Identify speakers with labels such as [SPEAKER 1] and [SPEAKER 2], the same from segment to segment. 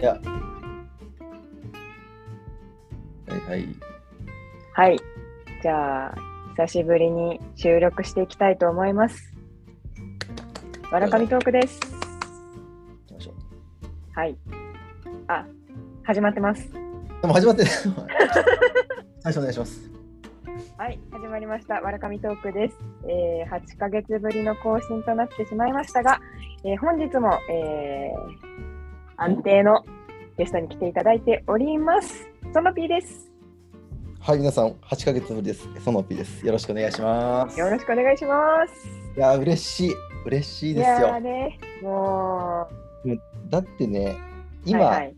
[SPEAKER 1] や。はいはい。
[SPEAKER 2] はい。じゃあ、久しぶりに収録していきたいと思います。わらかみトークです。
[SPEAKER 1] 行きましょう。
[SPEAKER 2] はい。あ、始まってます。
[SPEAKER 1] でも始ま ってない。最初お願いします。
[SPEAKER 2] はい、始まりました。わらかみトークです。えー、8ヶ月ぶりの更新となってしまいましたが、えー本日も、えー安定のゲストに来ていただいております。その P です。
[SPEAKER 1] はい、皆さん、8ヶ月ぶりです。そのぴです。よろしくお願いします。
[SPEAKER 2] よろしくお願いします。
[SPEAKER 1] いや、嬉しい。嬉しい
[SPEAKER 2] い
[SPEAKER 1] です
[SPEAKER 2] やー
[SPEAKER 1] よ。
[SPEAKER 2] ね、も
[SPEAKER 1] だってね、
[SPEAKER 2] う、
[SPEAKER 1] 今、
[SPEAKER 2] はいはい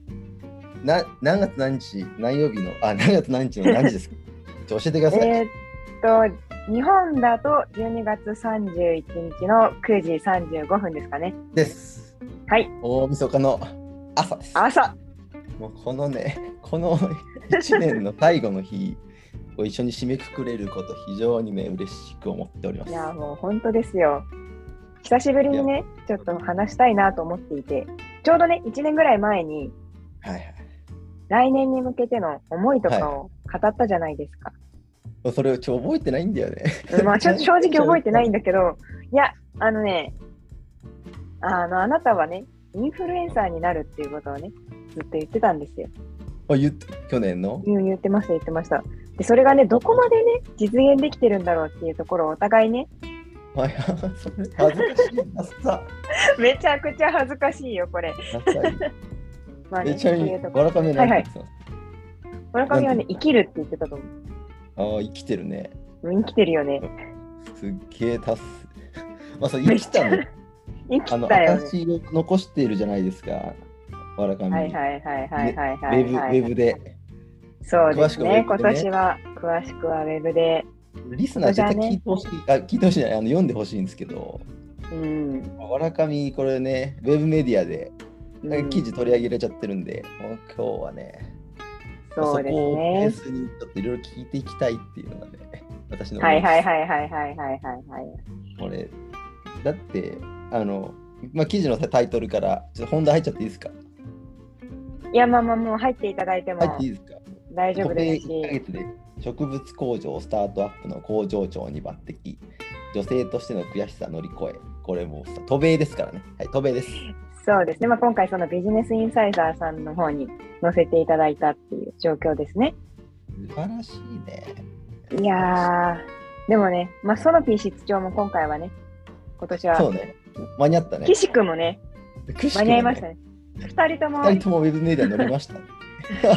[SPEAKER 1] な何月何日、何曜日の、あ、何月何日の何時ですか ちょ教えてください。
[SPEAKER 2] えーっと、日本だと12月31日の9時35分ですかね。
[SPEAKER 1] です。
[SPEAKER 2] はい。
[SPEAKER 1] 大晦日の朝です。
[SPEAKER 2] 朝
[SPEAKER 1] もうこのね、 この1年の最後の日を一緒に締めくくれること、非常にね、嬉しく思っております
[SPEAKER 2] い。やーもう本当ですよ。久しぶりにね、ちょっと話したいなと思っていて、ちょうどね、1年ぐらい前に、
[SPEAKER 1] はいはい。
[SPEAKER 2] 来年に向けての思いとかを語ったじゃないですか。
[SPEAKER 1] それをちょ覚えてないんだよね。
[SPEAKER 2] うんまあ、 ちょ正直覚えてないんだけど、いや、あのね、あの、あなたはね、インフルエンサーになるっていうことをね、ずっと言ってたんですよ。
[SPEAKER 1] あ言っ去年の
[SPEAKER 2] 言う言ってました、言ってました。で、それがね、どこまでね、実現できてるんだろうっていうところをお互いね、
[SPEAKER 1] はい、それ恥ずかしいなさ。
[SPEAKER 2] めちゃくちゃ恥ずかしいよ、これ。
[SPEAKER 1] ダサい
[SPEAKER 2] まあ
[SPEAKER 1] え
[SPEAKER 2] ね、
[SPEAKER 1] ちなみ
[SPEAKER 2] そ
[SPEAKER 1] に
[SPEAKER 2] ういうと、こ
[SPEAKER 1] わらかめなんて言ってたの
[SPEAKER 2] 村上はね、生きるって言ってたと思う。
[SPEAKER 1] ああ、生きてるね。
[SPEAKER 2] 生きてるよね。
[SPEAKER 1] すっげえ達す。まあ、そう生きたの。
[SPEAKER 2] 生
[SPEAKER 1] あの、
[SPEAKER 2] きたよね。
[SPEAKER 1] 私を残しているじゃないですか。わらかめに。
[SPEAKER 2] はいはいはいはいはい
[SPEAKER 1] ウ
[SPEAKER 2] はい、
[SPEAKER 1] ェブ、
[SPEAKER 2] は
[SPEAKER 1] ウ
[SPEAKER 2] い。
[SPEAKER 1] ェブで。
[SPEAKER 2] そう
[SPEAKER 1] 詳
[SPEAKER 2] ですね。
[SPEAKER 1] しくはウェブ
[SPEAKER 2] 今
[SPEAKER 1] でね
[SPEAKER 2] 年は、詳しくはウェブで。
[SPEAKER 1] リスナー絶対
[SPEAKER 2] そうだね
[SPEAKER 1] 聞いてほしい、あ、聞いてほしいじゃない、あの、読んでほしいんですけど。
[SPEAKER 2] うん。
[SPEAKER 1] わらかみ、これね、ウェブメディアで、
[SPEAKER 2] うん
[SPEAKER 1] 記事取り上げられちゃってるんで、もう今日はね。
[SPEAKER 2] そうです
[SPEAKER 1] こをベー
[SPEAKER 2] ね。
[SPEAKER 1] スにちょっといろいろ聞いていきたいっていうのがね、私の思
[SPEAKER 2] はい
[SPEAKER 1] です
[SPEAKER 2] はいはいはいはいはいはいはい。
[SPEAKER 1] これだって、あの、まあ、記事のタイトルから、ちょっと本題入っちゃっていいですか
[SPEAKER 2] いやまあまあもう入っていただいても
[SPEAKER 1] 入っていいですか
[SPEAKER 2] 大丈夫
[SPEAKER 1] 固
[SPEAKER 2] で
[SPEAKER 1] 定
[SPEAKER 2] す
[SPEAKER 1] 1ヶ
[SPEAKER 2] し。
[SPEAKER 1] 月で植物工場スタートアップの工場長に抜擢、女性としての悔しさ乗り越え、これもうさ渡米ですからね。はい、渡米です。
[SPEAKER 2] そうですね。まあ今回そのビジネスインサイダーさんの方に載せていただいたっていう状況ですね。
[SPEAKER 1] 素晴らしいね。
[SPEAKER 2] いやー、でもね、まあソロピー室長も今回はね、今年
[SPEAKER 1] そう
[SPEAKER 2] は、
[SPEAKER 1] ね。間に合ったね。
[SPEAKER 2] 岸君もね、
[SPEAKER 1] くしく
[SPEAKER 2] 間
[SPEAKER 1] もね
[SPEAKER 2] に合いました。ね。二人とも、
[SPEAKER 1] 二人ともウェブメディア乗りました。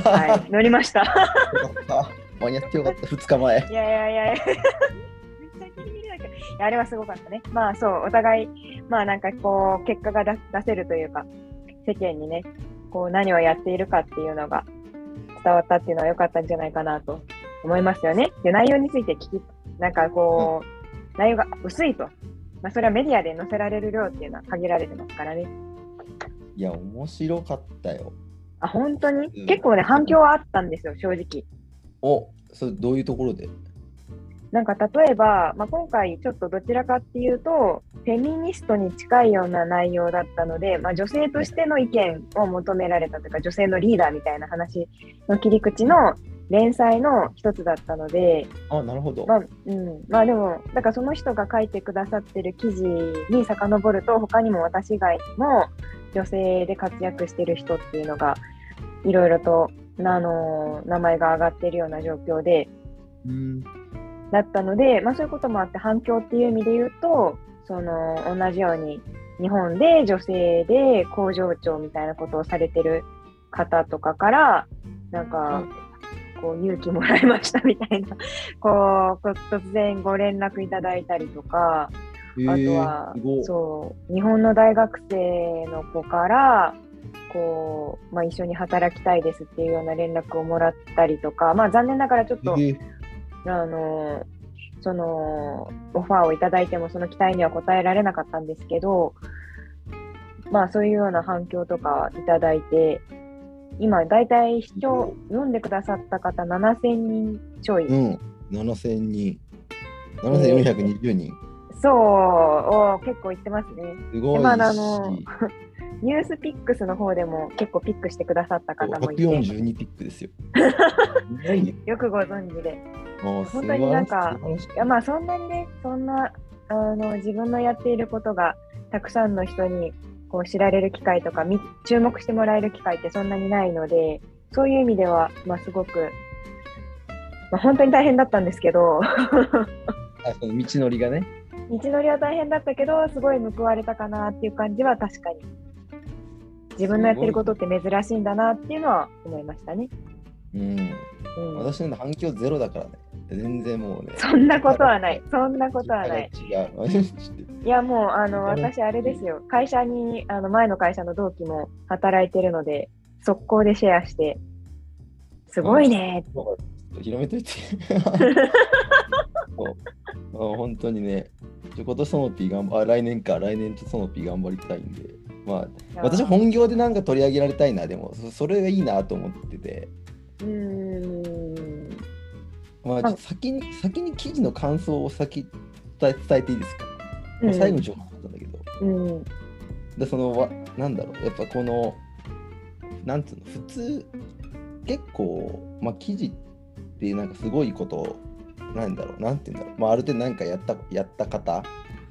[SPEAKER 2] はい、乗りました。
[SPEAKER 1] よかった。間に合ってよかった。2日前。
[SPEAKER 2] いやいやいやいや。めっちゃギリギリだけどいやあれはすごかったね。まあそう、お互い、まあなんかこう、結果が出出せるというか、世間にね、こう何をやっているかっていうのが伝わったっていうのは良かったんじゃないかなと思いますよね。で、内容について聞き、なんかこう、内容が薄いと。まあそれはメディアで載せられる量っていうのは限られてますからね。
[SPEAKER 1] いや、面白かったよ。
[SPEAKER 2] あ、本当に、
[SPEAKER 1] うん
[SPEAKER 2] 結構ね、反響はあったんですよ、正直。
[SPEAKER 1] お、それどういうところで
[SPEAKER 2] なんか例えば、まあ、今回ちょっとどちらかっていうとフェミニストに近いような内容だったので、まあ、女性としての意見を求められたというか女性のリーダーみたいな話の切り口の連載の一つだったので、
[SPEAKER 1] あ、なるほど。
[SPEAKER 2] まあうん、まあでもだからその人が書いてくださってる記事に遡ると他にも私以外にも女性で活躍してる人っていうのがいろいろと、あの名前が上がってるような状況で。
[SPEAKER 1] うん。
[SPEAKER 2] だったので、まあ、そういうこともあって反響っていう意味で言うとその同じように日本で女性で工場長みたいなことをされてる方とかからなんかこう勇気もらいましたみたいな こうこ突然ご連絡いただいたりとか
[SPEAKER 1] へー
[SPEAKER 2] あとは
[SPEAKER 1] すごい
[SPEAKER 2] そう日本の大学生の子からこう、まあ、一緒に働きたいですっていうような連絡をもらったりとか、まあ、残念ながらちょっと
[SPEAKER 1] へー
[SPEAKER 2] あのそのオファーをいただいてもその期待には応えられなかったんですけど、まあ、そういうような反響とかいただいて今大体視聴読んでくださった方7000人ちょい、
[SPEAKER 1] うん。7000人。7420人。
[SPEAKER 2] そうを結構言ってますね。
[SPEAKER 1] すごいし。
[SPEAKER 2] でまだあのニュースピックスの方でも結構ピックしてくださった方もいて、
[SPEAKER 1] 142ピック ですよ。すごいよ
[SPEAKER 2] よくご存知で。
[SPEAKER 1] もう素晴らし
[SPEAKER 2] 本当
[SPEAKER 1] い
[SPEAKER 2] になんか
[SPEAKER 1] 素晴らしい
[SPEAKER 2] いやまあそんなにねそんなあの自分のやっていることがたくさんの人にこう知られる機会とかみ注目してもらえる機会ってそんなにないのでそういう意味では、まあ、すごく、まあ、本当に大変だったんですけど
[SPEAKER 1] あその道のりがね。
[SPEAKER 2] 道のりは大変だったけどすごい報われたかなっていう感じは確かに自分のやってることって珍しいんだなっていうのは思いましたね。
[SPEAKER 1] うん。
[SPEAKER 2] うん、
[SPEAKER 1] 私の反響ゼロだからね。全然もうね。
[SPEAKER 2] そんなことはない。そんなことはない。
[SPEAKER 1] 違う。違う
[SPEAKER 2] いやもうあの
[SPEAKER 1] 本当に
[SPEAKER 2] 私あれですよ会社にあの前の会社の同期も働いてるので速攻でシェアしてすごいね
[SPEAKER 1] 広めといて。そうあ本当にね、ちょ今年ソノピー頑張あ来年か、来年とソノピー頑張りたいんで、まあ、私、本業でなんか取り上げられたいな、でも、そそれがいいなと思ってて、
[SPEAKER 2] うーん
[SPEAKER 1] まあ、ちょっと先に、先に記事の感想を先伝え伝えていいですか。もう最後に情報だったんだけど、
[SPEAKER 2] うん
[SPEAKER 1] で、その、わなんだろう、やっぱこの、なんつうの、普通、結構、まあ、記事って、なんかすごいことを、なんだろう、なんて言うんだろう、まあ、ある程度なんかやったやった方、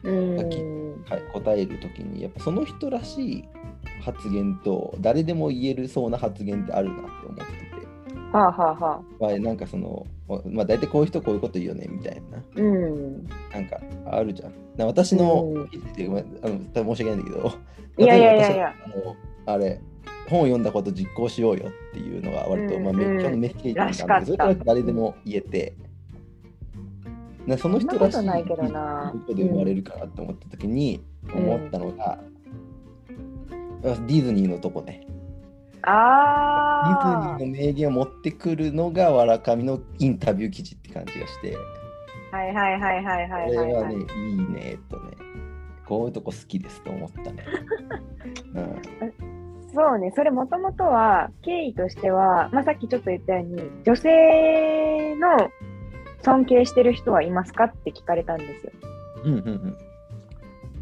[SPEAKER 2] うん
[SPEAKER 1] さっきはい、答えるときにやっぱその人らしい発言と誰でも言えるそうな発言ってあるなって思ってて、
[SPEAKER 2] はあはあはあ
[SPEAKER 1] まあ、なんかその、ままあ、大体こういう人こういうこと言うよねみたいな
[SPEAKER 2] うん
[SPEAKER 1] なんかあるじゃん。な私の
[SPEAKER 2] うん
[SPEAKER 1] 記事でごめんあの多分申し訳ないんだけど
[SPEAKER 2] いやいやいやいや
[SPEAKER 1] 例えば私はあのあれ本を読んだこと実行しようよっていうのが割と、
[SPEAKER 2] うん
[SPEAKER 1] まあ、め
[SPEAKER 2] うん
[SPEAKER 1] 今日のメッセージなん
[SPEAKER 2] らし
[SPEAKER 1] だ
[SPEAKER 2] かっ
[SPEAKER 1] け
[SPEAKER 2] た
[SPEAKER 1] どそれから誰でも言えて。なその
[SPEAKER 2] そんな
[SPEAKER 1] 人
[SPEAKER 2] こ
[SPEAKER 1] らしい
[SPEAKER 2] とないけどな
[SPEAKER 1] どこで生まれるかなって思った時に
[SPEAKER 2] うん
[SPEAKER 1] 思ったのが、ディズニーのとこねディズ
[SPEAKER 2] あ
[SPEAKER 1] ニーの名言を持ってくるのがわらかみのインタビュー記事って感じがして
[SPEAKER 2] あはいはいはいはい
[SPEAKER 1] こ
[SPEAKER 2] はい
[SPEAKER 1] れ
[SPEAKER 2] はい
[SPEAKER 1] は
[SPEAKER 2] はい
[SPEAKER 1] ねいいねとねこういうとこ好きですと思った ね、うん、
[SPEAKER 2] そうね、それもともとは経緯としては、まあ、さっきちょっと言ったように女性の尊敬してる人はいますかって聞かれたんですよ。
[SPEAKER 1] うんうん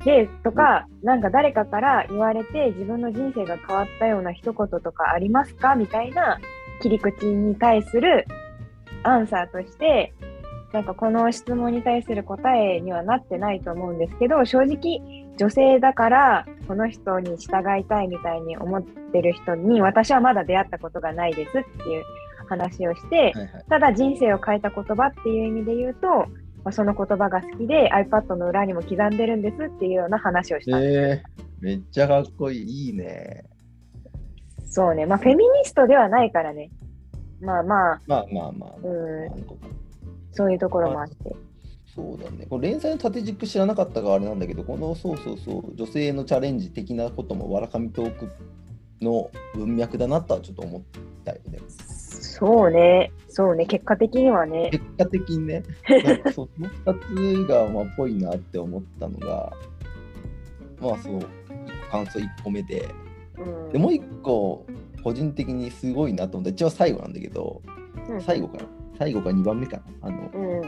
[SPEAKER 2] でとか、なんか誰かから言われて自分の人生が変わったような一言とかありますかみたいな切り口に対するアンサーとしてなんかこの質問に対する答えにはなってないと思うんですけど正直女性だからこの人に従いたいみたいに思ってる人に私はまだ出会ったことがないですっていう話をして
[SPEAKER 1] うんはいはい
[SPEAKER 2] ただ人生を変えた言葉っていう意味で言うと、まあ、その言葉が好きで iPad の裏にも刻んでるんですっていうような話をした、
[SPEAKER 1] えー、めっちゃかっこいいいいね
[SPEAKER 2] そうねまあフェミニストではないからねまあまあ
[SPEAKER 1] まあまあまあ、まあ
[SPEAKER 2] うん
[SPEAKER 1] なんとか
[SPEAKER 2] そういうところもあって
[SPEAKER 1] そうだね。これ連載の縦軸知らなかったからあれなんだけど、このそうそうそう、女性のチャレンジ的なことも、わらかみトークの文脈だなとはちょっと思ったよ ね。
[SPEAKER 2] そうねそうね結果的にはね
[SPEAKER 1] 結果的に ね、なんかそうその2つがまあぽいなって思ったのが、まあそう、感想1個目で、
[SPEAKER 2] うん
[SPEAKER 1] でもう1個、個人的にすごいなと思った、一応最後なんだけど、
[SPEAKER 2] うん
[SPEAKER 1] 最後かな、最後か2番目かな、あの、
[SPEAKER 2] うん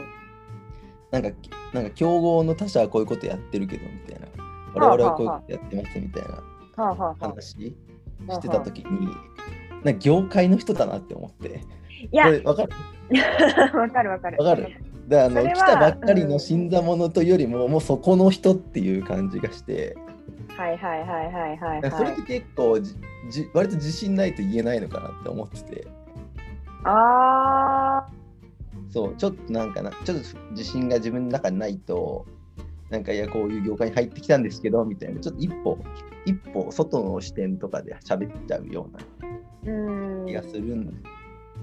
[SPEAKER 1] なんか、なんか競合の他社はこういうことやってるけどみたいな、
[SPEAKER 2] はあ
[SPEAKER 1] 我々はこういうことやってますみたいな
[SPEAKER 2] はあはあはあ
[SPEAKER 1] 話してた時に、なんか業界の人だなって思って、
[SPEAKER 2] い
[SPEAKER 1] こ
[SPEAKER 2] や
[SPEAKER 1] れわかる
[SPEAKER 2] わかるわかる
[SPEAKER 1] わかるであの
[SPEAKER 2] それは
[SPEAKER 1] 来たばっかり
[SPEAKER 2] う
[SPEAKER 1] の
[SPEAKER 2] ん
[SPEAKER 1] 新参者というよりも、もうそこの人っていう感じがして、
[SPEAKER 2] はいはいはいはいはい
[SPEAKER 1] なんかそれ
[SPEAKER 2] はい
[SPEAKER 1] って結構じ、じ割と自信ないと言えないのかなって思ってて、
[SPEAKER 2] あ
[SPEAKER 1] そう、ちょっとなんかな、ちょっと自信が自分の中にないと、なんかいや、こういう業界に入ってきたんですけど、みたいな、ちょっと一歩、一歩、外の視点とかで喋っちゃうような
[SPEAKER 2] ーうん
[SPEAKER 1] 気がするんで、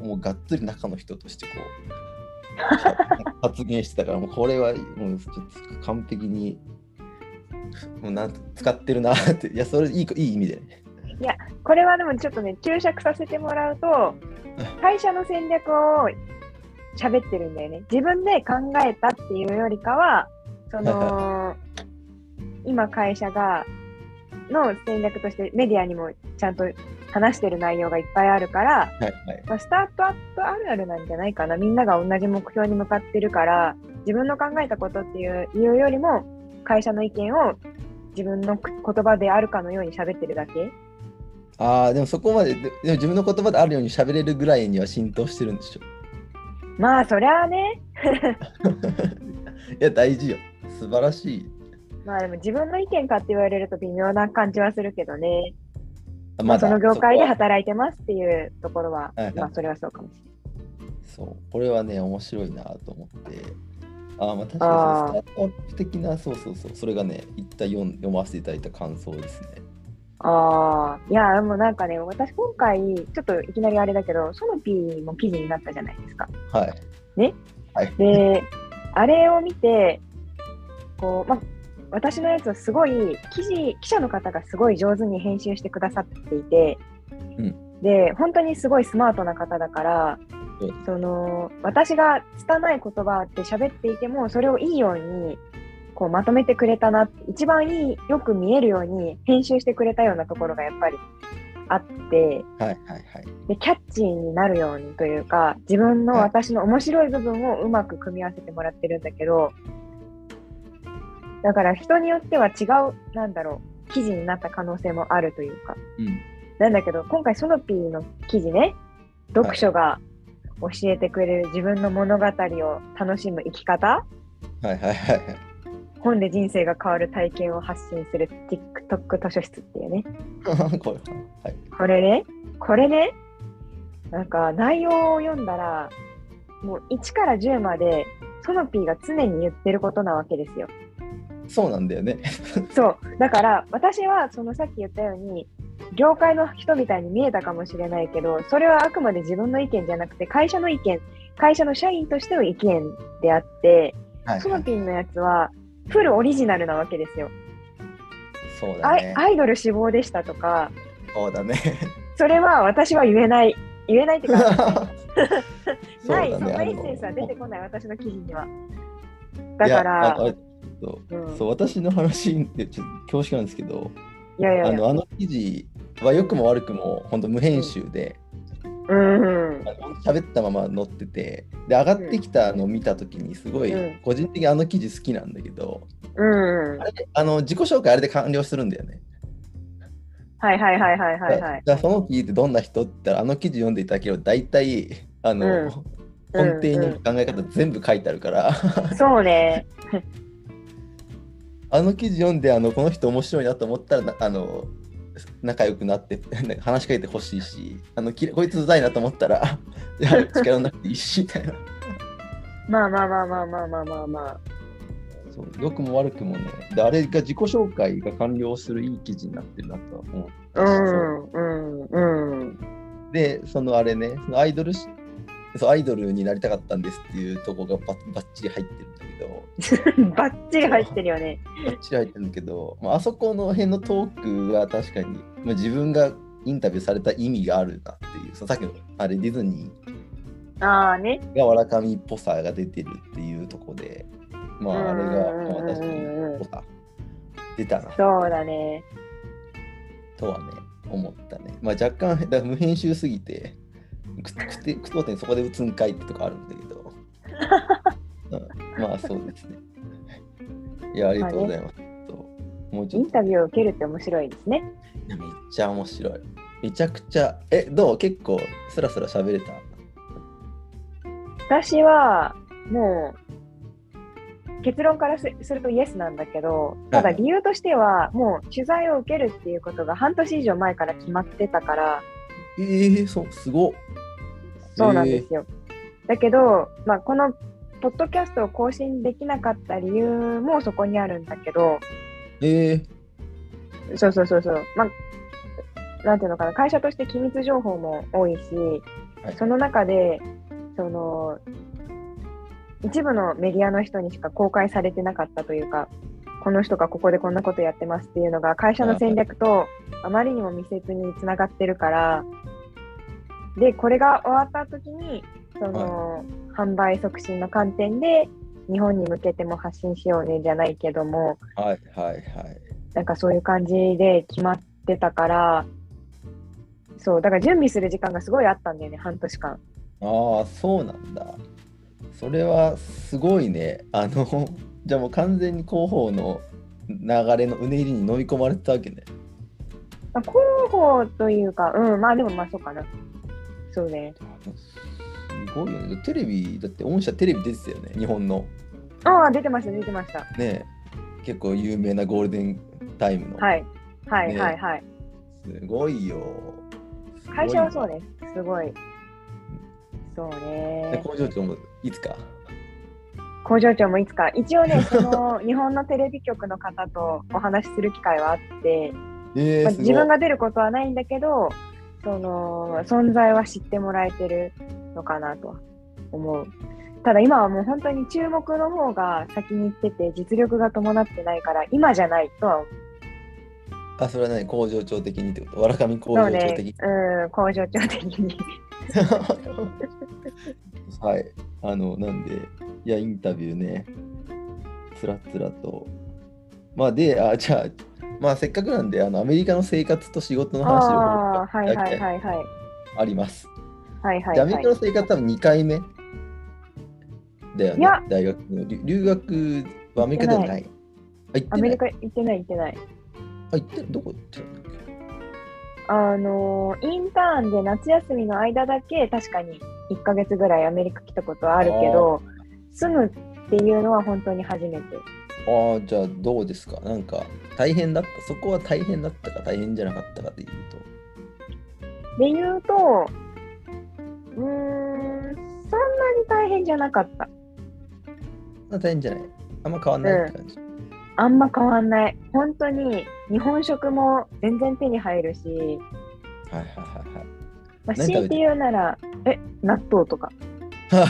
[SPEAKER 1] もうがっつり中の人としてこう、発言してたから、もうこれはもうちょっと完璧に、もうなんと使ってるなって、いや、それいいこいい意味でね。
[SPEAKER 2] これはでもちょっとね注釈させてもらうと会社の戦略を喋ってるんだよね自分で考えたっていうよりかはその今会社がの戦略としてメディアにもちゃんと話してる内容がいっぱいあるから、
[SPEAKER 1] はいはい。
[SPEAKER 2] まあ、スタートアップあるあるなんじゃないかなみんなが同じ目標に向かってるから自分の考えたことっていういうよりも会社の意見を自分のく言葉であるかのように喋ってるだけ
[SPEAKER 1] ああ、でもそこまで、ででも自分の言葉であるように喋れるぐらいには浸透してるんでしょ。
[SPEAKER 2] まあそりゃあね
[SPEAKER 1] いや、大事よ。素晴らしい。
[SPEAKER 2] まあでも自分の意見かって言われると微妙な感じはするけどね、
[SPEAKER 1] あ
[SPEAKER 2] まあ、その業界
[SPEAKER 1] そこ
[SPEAKER 2] で
[SPEAKER 1] は
[SPEAKER 2] 働いてますっていうところは、
[SPEAKER 1] はいはい
[SPEAKER 2] まあそれはそうかもしれない。
[SPEAKER 1] そう、これはね、面白いなと思って。ああ、まあ確
[SPEAKER 2] あ
[SPEAKER 1] かに
[SPEAKER 2] ー
[SPEAKER 1] そうスタートアップ的な、そうそうそう、それがね、一旦読ん読ませていただいた感想ですね。
[SPEAKER 2] ああ、いや、でもなんかね、私今回、ちょっといきなりあれだけど、ソノピーも記事になったじゃないですか。
[SPEAKER 1] はい。
[SPEAKER 2] ね
[SPEAKER 1] はい。
[SPEAKER 2] で、あれを見て、こう、まあ、私のやつはすごい、記事、記者の方がすごい上手に編集してくださっていて、
[SPEAKER 1] うん
[SPEAKER 2] で、本当にすごいスマートな方だから
[SPEAKER 1] う、
[SPEAKER 2] その、私が拙い言葉で喋っていても、それをいいように、こうまとめてくれたな、一番いい、よく見えるように編集してくれたようなところがやっぱりあって、
[SPEAKER 1] はいはいはい。
[SPEAKER 2] でキャッチーになるようにというか自分の
[SPEAKER 1] はい
[SPEAKER 2] 私の面白い部分をうまく組み合わせてもらってるんだけどだから人によっては違うなんだろう記事になった可能性もあるというか
[SPEAKER 1] うん。
[SPEAKER 2] なんだけど今回ソノピーの記事ね読書が教えてくれる自分の物語を楽しむ生き方
[SPEAKER 1] はいはいはいはい。
[SPEAKER 2] 本で人生が変わる体験を発信する TikTok 図書室っていうね
[SPEAKER 1] これは。はい。
[SPEAKER 2] これね、これね、なんか内容を読んだら、もう1から10まで、ソノピーが常に言ってることなわけですよ。
[SPEAKER 1] そうなんだよね。
[SPEAKER 2] そう。だから、私は、そのさっき言ったように、業界の人みたいに見えたかもしれないけど、それはあくまで自分の意見じゃなくて、会社の意見、会社の社員としての意見であって、
[SPEAKER 1] はい、
[SPEAKER 2] ソノピーのやつは、フルオリジナルなわけですよ。
[SPEAKER 1] そうだ
[SPEAKER 2] アイ
[SPEAKER 1] ね。
[SPEAKER 2] アイドル志望でしたとか、
[SPEAKER 1] そうだね。
[SPEAKER 2] それは私は言えない。言 えないっていうか、ない、そんなエッセンスは出て
[SPEAKER 1] こ
[SPEAKER 2] こない、私の記事には。だから、
[SPEAKER 1] そう
[SPEAKER 2] うん
[SPEAKER 1] そう私の話でちょっと恐縮なんですけど、
[SPEAKER 2] いやいや
[SPEAKER 1] あ
[SPEAKER 2] いや、
[SPEAKER 1] のあの記事は良くも悪くも本当無編集で
[SPEAKER 2] うんうん、
[SPEAKER 1] あの喋ったまま載っててで上がってきたのを見た時にすごい、
[SPEAKER 2] うん
[SPEAKER 1] 個人的にあの記事好きなんだけど
[SPEAKER 2] うんうん、
[SPEAKER 1] あれあの自己紹介あれで完了するんだよね。
[SPEAKER 2] はいはいはいはいはい
[SPEAKER 1] だ
[SPEAKER 2] はい。
[SPEAKER 1] だからその記事ってどんな人って言ったらあの記事読んでいただければ大体あの、
[SPEAKER 2] うん
[SPEAKER 1] 根底に
[SPEAKER 2] うんう
[SPEAKER 1] 考え方全部書いてあるから。
[SPEAKER 2] んそうね、
[SPEAKER 1] あの記事読んであのこの人面白いなと思ったらなあの仲良くなってなんか話しかけてほしいしあのきこいつうざいなと思ったら いや近寄らなくていいしみたいな
[SPEAKER 2] まあまあまあまあまあまあまあまあ、
[SPEAKER 1] そう良くも悪くもねであれが自己紹介が完了するいい記事になってるなとは思ったしそう
[SPEAKER 2] うんうん うん、
[SPEAKER 1] でそのあれねそのアイドルしそうアイドルになりたかったんですっていうとこがばばっちり入ってるんだけど
[SPEAKER 2] ばっちり入ってるよね。
[SPEAKER 1] ばっちり入ってるんだけど、まああそこの辺のトークは確かに、まあ、自分がインタビューされた意味があるなっていうそのさっきのあれディズニ
[SPEAKER 2] ああね、
[SPEAKER 1] ーがわらかみっぽさが出てるっていうとこでまああれが
[SPEAKER 2] うんうんうんうん
[SPEAKER 1] まあ確かにっぽさ出たな
[SPEAKER 2] そうだね。
[SPEAKER 1] とはね思ったねまあ若干だから無編集すぎて くくてくとてそこで打つんかいってとこあるんだけ ど、うんまあそうですねいやありがとうございます、そうもうち
[SPEAKER 2] イ
[SPEAKER 1] ょっ
[SPEAKER 2] ン
[SPEAKER 1] と
[SPEAKER 2] タビューを受けるって面白いですね。
[SPEAKER 1] いやめっちゃ面白い。めちゃくちゃ、え、どう結構、スラスラ喋れた。
[SPEAKER 2] 私はもう結論からすするとイエスなんだけどただ
[SPEAKER 1] はい
[SPEAKER 2] 理由としてはもう取材を受けるっていうことが半年以上前から決まってたから
[SPEAKER 1] えー、そう、すごっ。
[SPEAKER 2] そうなんですよ、だけど、まあ、このポッドキャストを更新できなかった理由もそこにあるんだけど
[SPEAKER 1] えー。えー
[SPEAKER 2] そうそうそうそうまあなんていうのかな会社として機密情報も多いし、
[SPEAKER 1] はい
[SPEAKER 2] その中でその一部のメディアの人にしか公開されてなかったというかこの人がここでこんなことやってますっていうのが会社の戦略とあまりにも密接につながってるからでこれが終わった時にその、販売促進の観点で日本に向けても発信しようねじゃないけども、
[SPEAKER 1] はいはいはい。
[SPEAKER 2] なんかそういう感じで決まってたから、そう、だから準備する時間がすごいあったんだよね、半年間。
[SPEAKER 1] ああ、そうなんだ。それはすごいね。あの、じゃあもう完全に広報の流れのうねりに飲み込まれてたわけね。
[SPEAKER 2] まあ、広報というか、うん、まあでもまあそうかな。そうね。
[SPEAKER 1] すごいよね。テレビ、だって御社テレビ出てたよね、日本の。
[SPEAKER 2] ああ、出てました、出てました。
[SPEAKER 1] ねえ結構有名なゴールデンタイムの。
[SPEAKER 2] はい。はい、
[SPEAKER 1] ね
[SPEAKER 2] はい、はい。
[SPEAKER 1] すごいよ。
[SPEAKER 2] 会社はそう
[SPEAKER 1] ね。
[SPEAKER 2] です。すごい。そう
[SPEAKER 1] で
[SPEAKER 2] ね。
[SPEAKER 1] 工場長もいつか。
[SPEAKER 2] 工場長もいつか、一応ね、その日本のテレビ局の方とお話しする機会はあって、
[SPEAKER 1] えー、
[SPEAKER 2] まあ
[SPEAKER 1] すごい
[SPEAKER 2] 自分が出ることはないんだけど、その存在は知ってもらえてるのかなとは思う。ただ今はもう本当に注目の方が先に行ってて実力が伴ってないから今じゃないとは思う
[SPEAKER 1] あ、それはね、工場長的にってこと。わらかみ工
[SPEAKER 2] そう
[SPEAKER 1] 場
[SPEAKER 2] ね
[SPEAKER 1] 長的に。
[SPEAKER 2] うん工場長的 に
[SPEAKER 1] はい。あの、なんで、いや、インタビューね、つらつらと。まあ、で、あ、じゃあ、まあ、せっかくなんで、あの、アメリカの生活と仕事の
[SPEAKER 2] あ
[SPEAKER 1] 話
[SPEAKER 2] あ
[SPEAKER 1] を
[SPEAKER 2] ーはいはいはいはい
[SPEAKER 1] あります。
[SPEAKER 2] はいはい
[SPEAKER 1] でアメ
[SPEAKER 2] は
[SPEAKER 1] リカの
[SPEAKER 2] い
[SPEAKER 1] 生活多分2回目だよ
[SPEAKER 2] い
[SPEAKER 1] ね
[SPEAKER 2] や。
[SPEAKER 1] 大学の留留学はアメリカではない。あ、行っ
[SPEAKER 2] ア
[SPEAKER 1] てな
[SPEAKER 2] メリ
[SPEAKER 1] い。
[SPEAKER 2] カ行ってない行ってない
[SPEAKER 1] あ、行ってどこ行ってるんだっけ
[SPEAKER 2] あのーインターンで夏休みの間だけ確かに1ヶ月ぐらいアメリカ来たことはあるけど住むっていうのは本当に初めて
[SPEAKER 1] ああ、じゃあどうですかなんか大変だった。そこは大変だったか大変じゃなかったかで言うと。
[SPEAKER 2] で言うとうーんそんなに大変じゃなかった
[SPEAKER 1] まあ大変じゃない。あんま変わんないって感じ。
[SPEAKER 2] あんま変わんない本当に日本食も全然手に入るし、
[SPEAKER 1] はいはいはいはい。
[SPEAKER 2] まあ、
[SPEAKER 1] 何食べて
[SPEAKER 2] 強いて言うならえ納 豆とかあ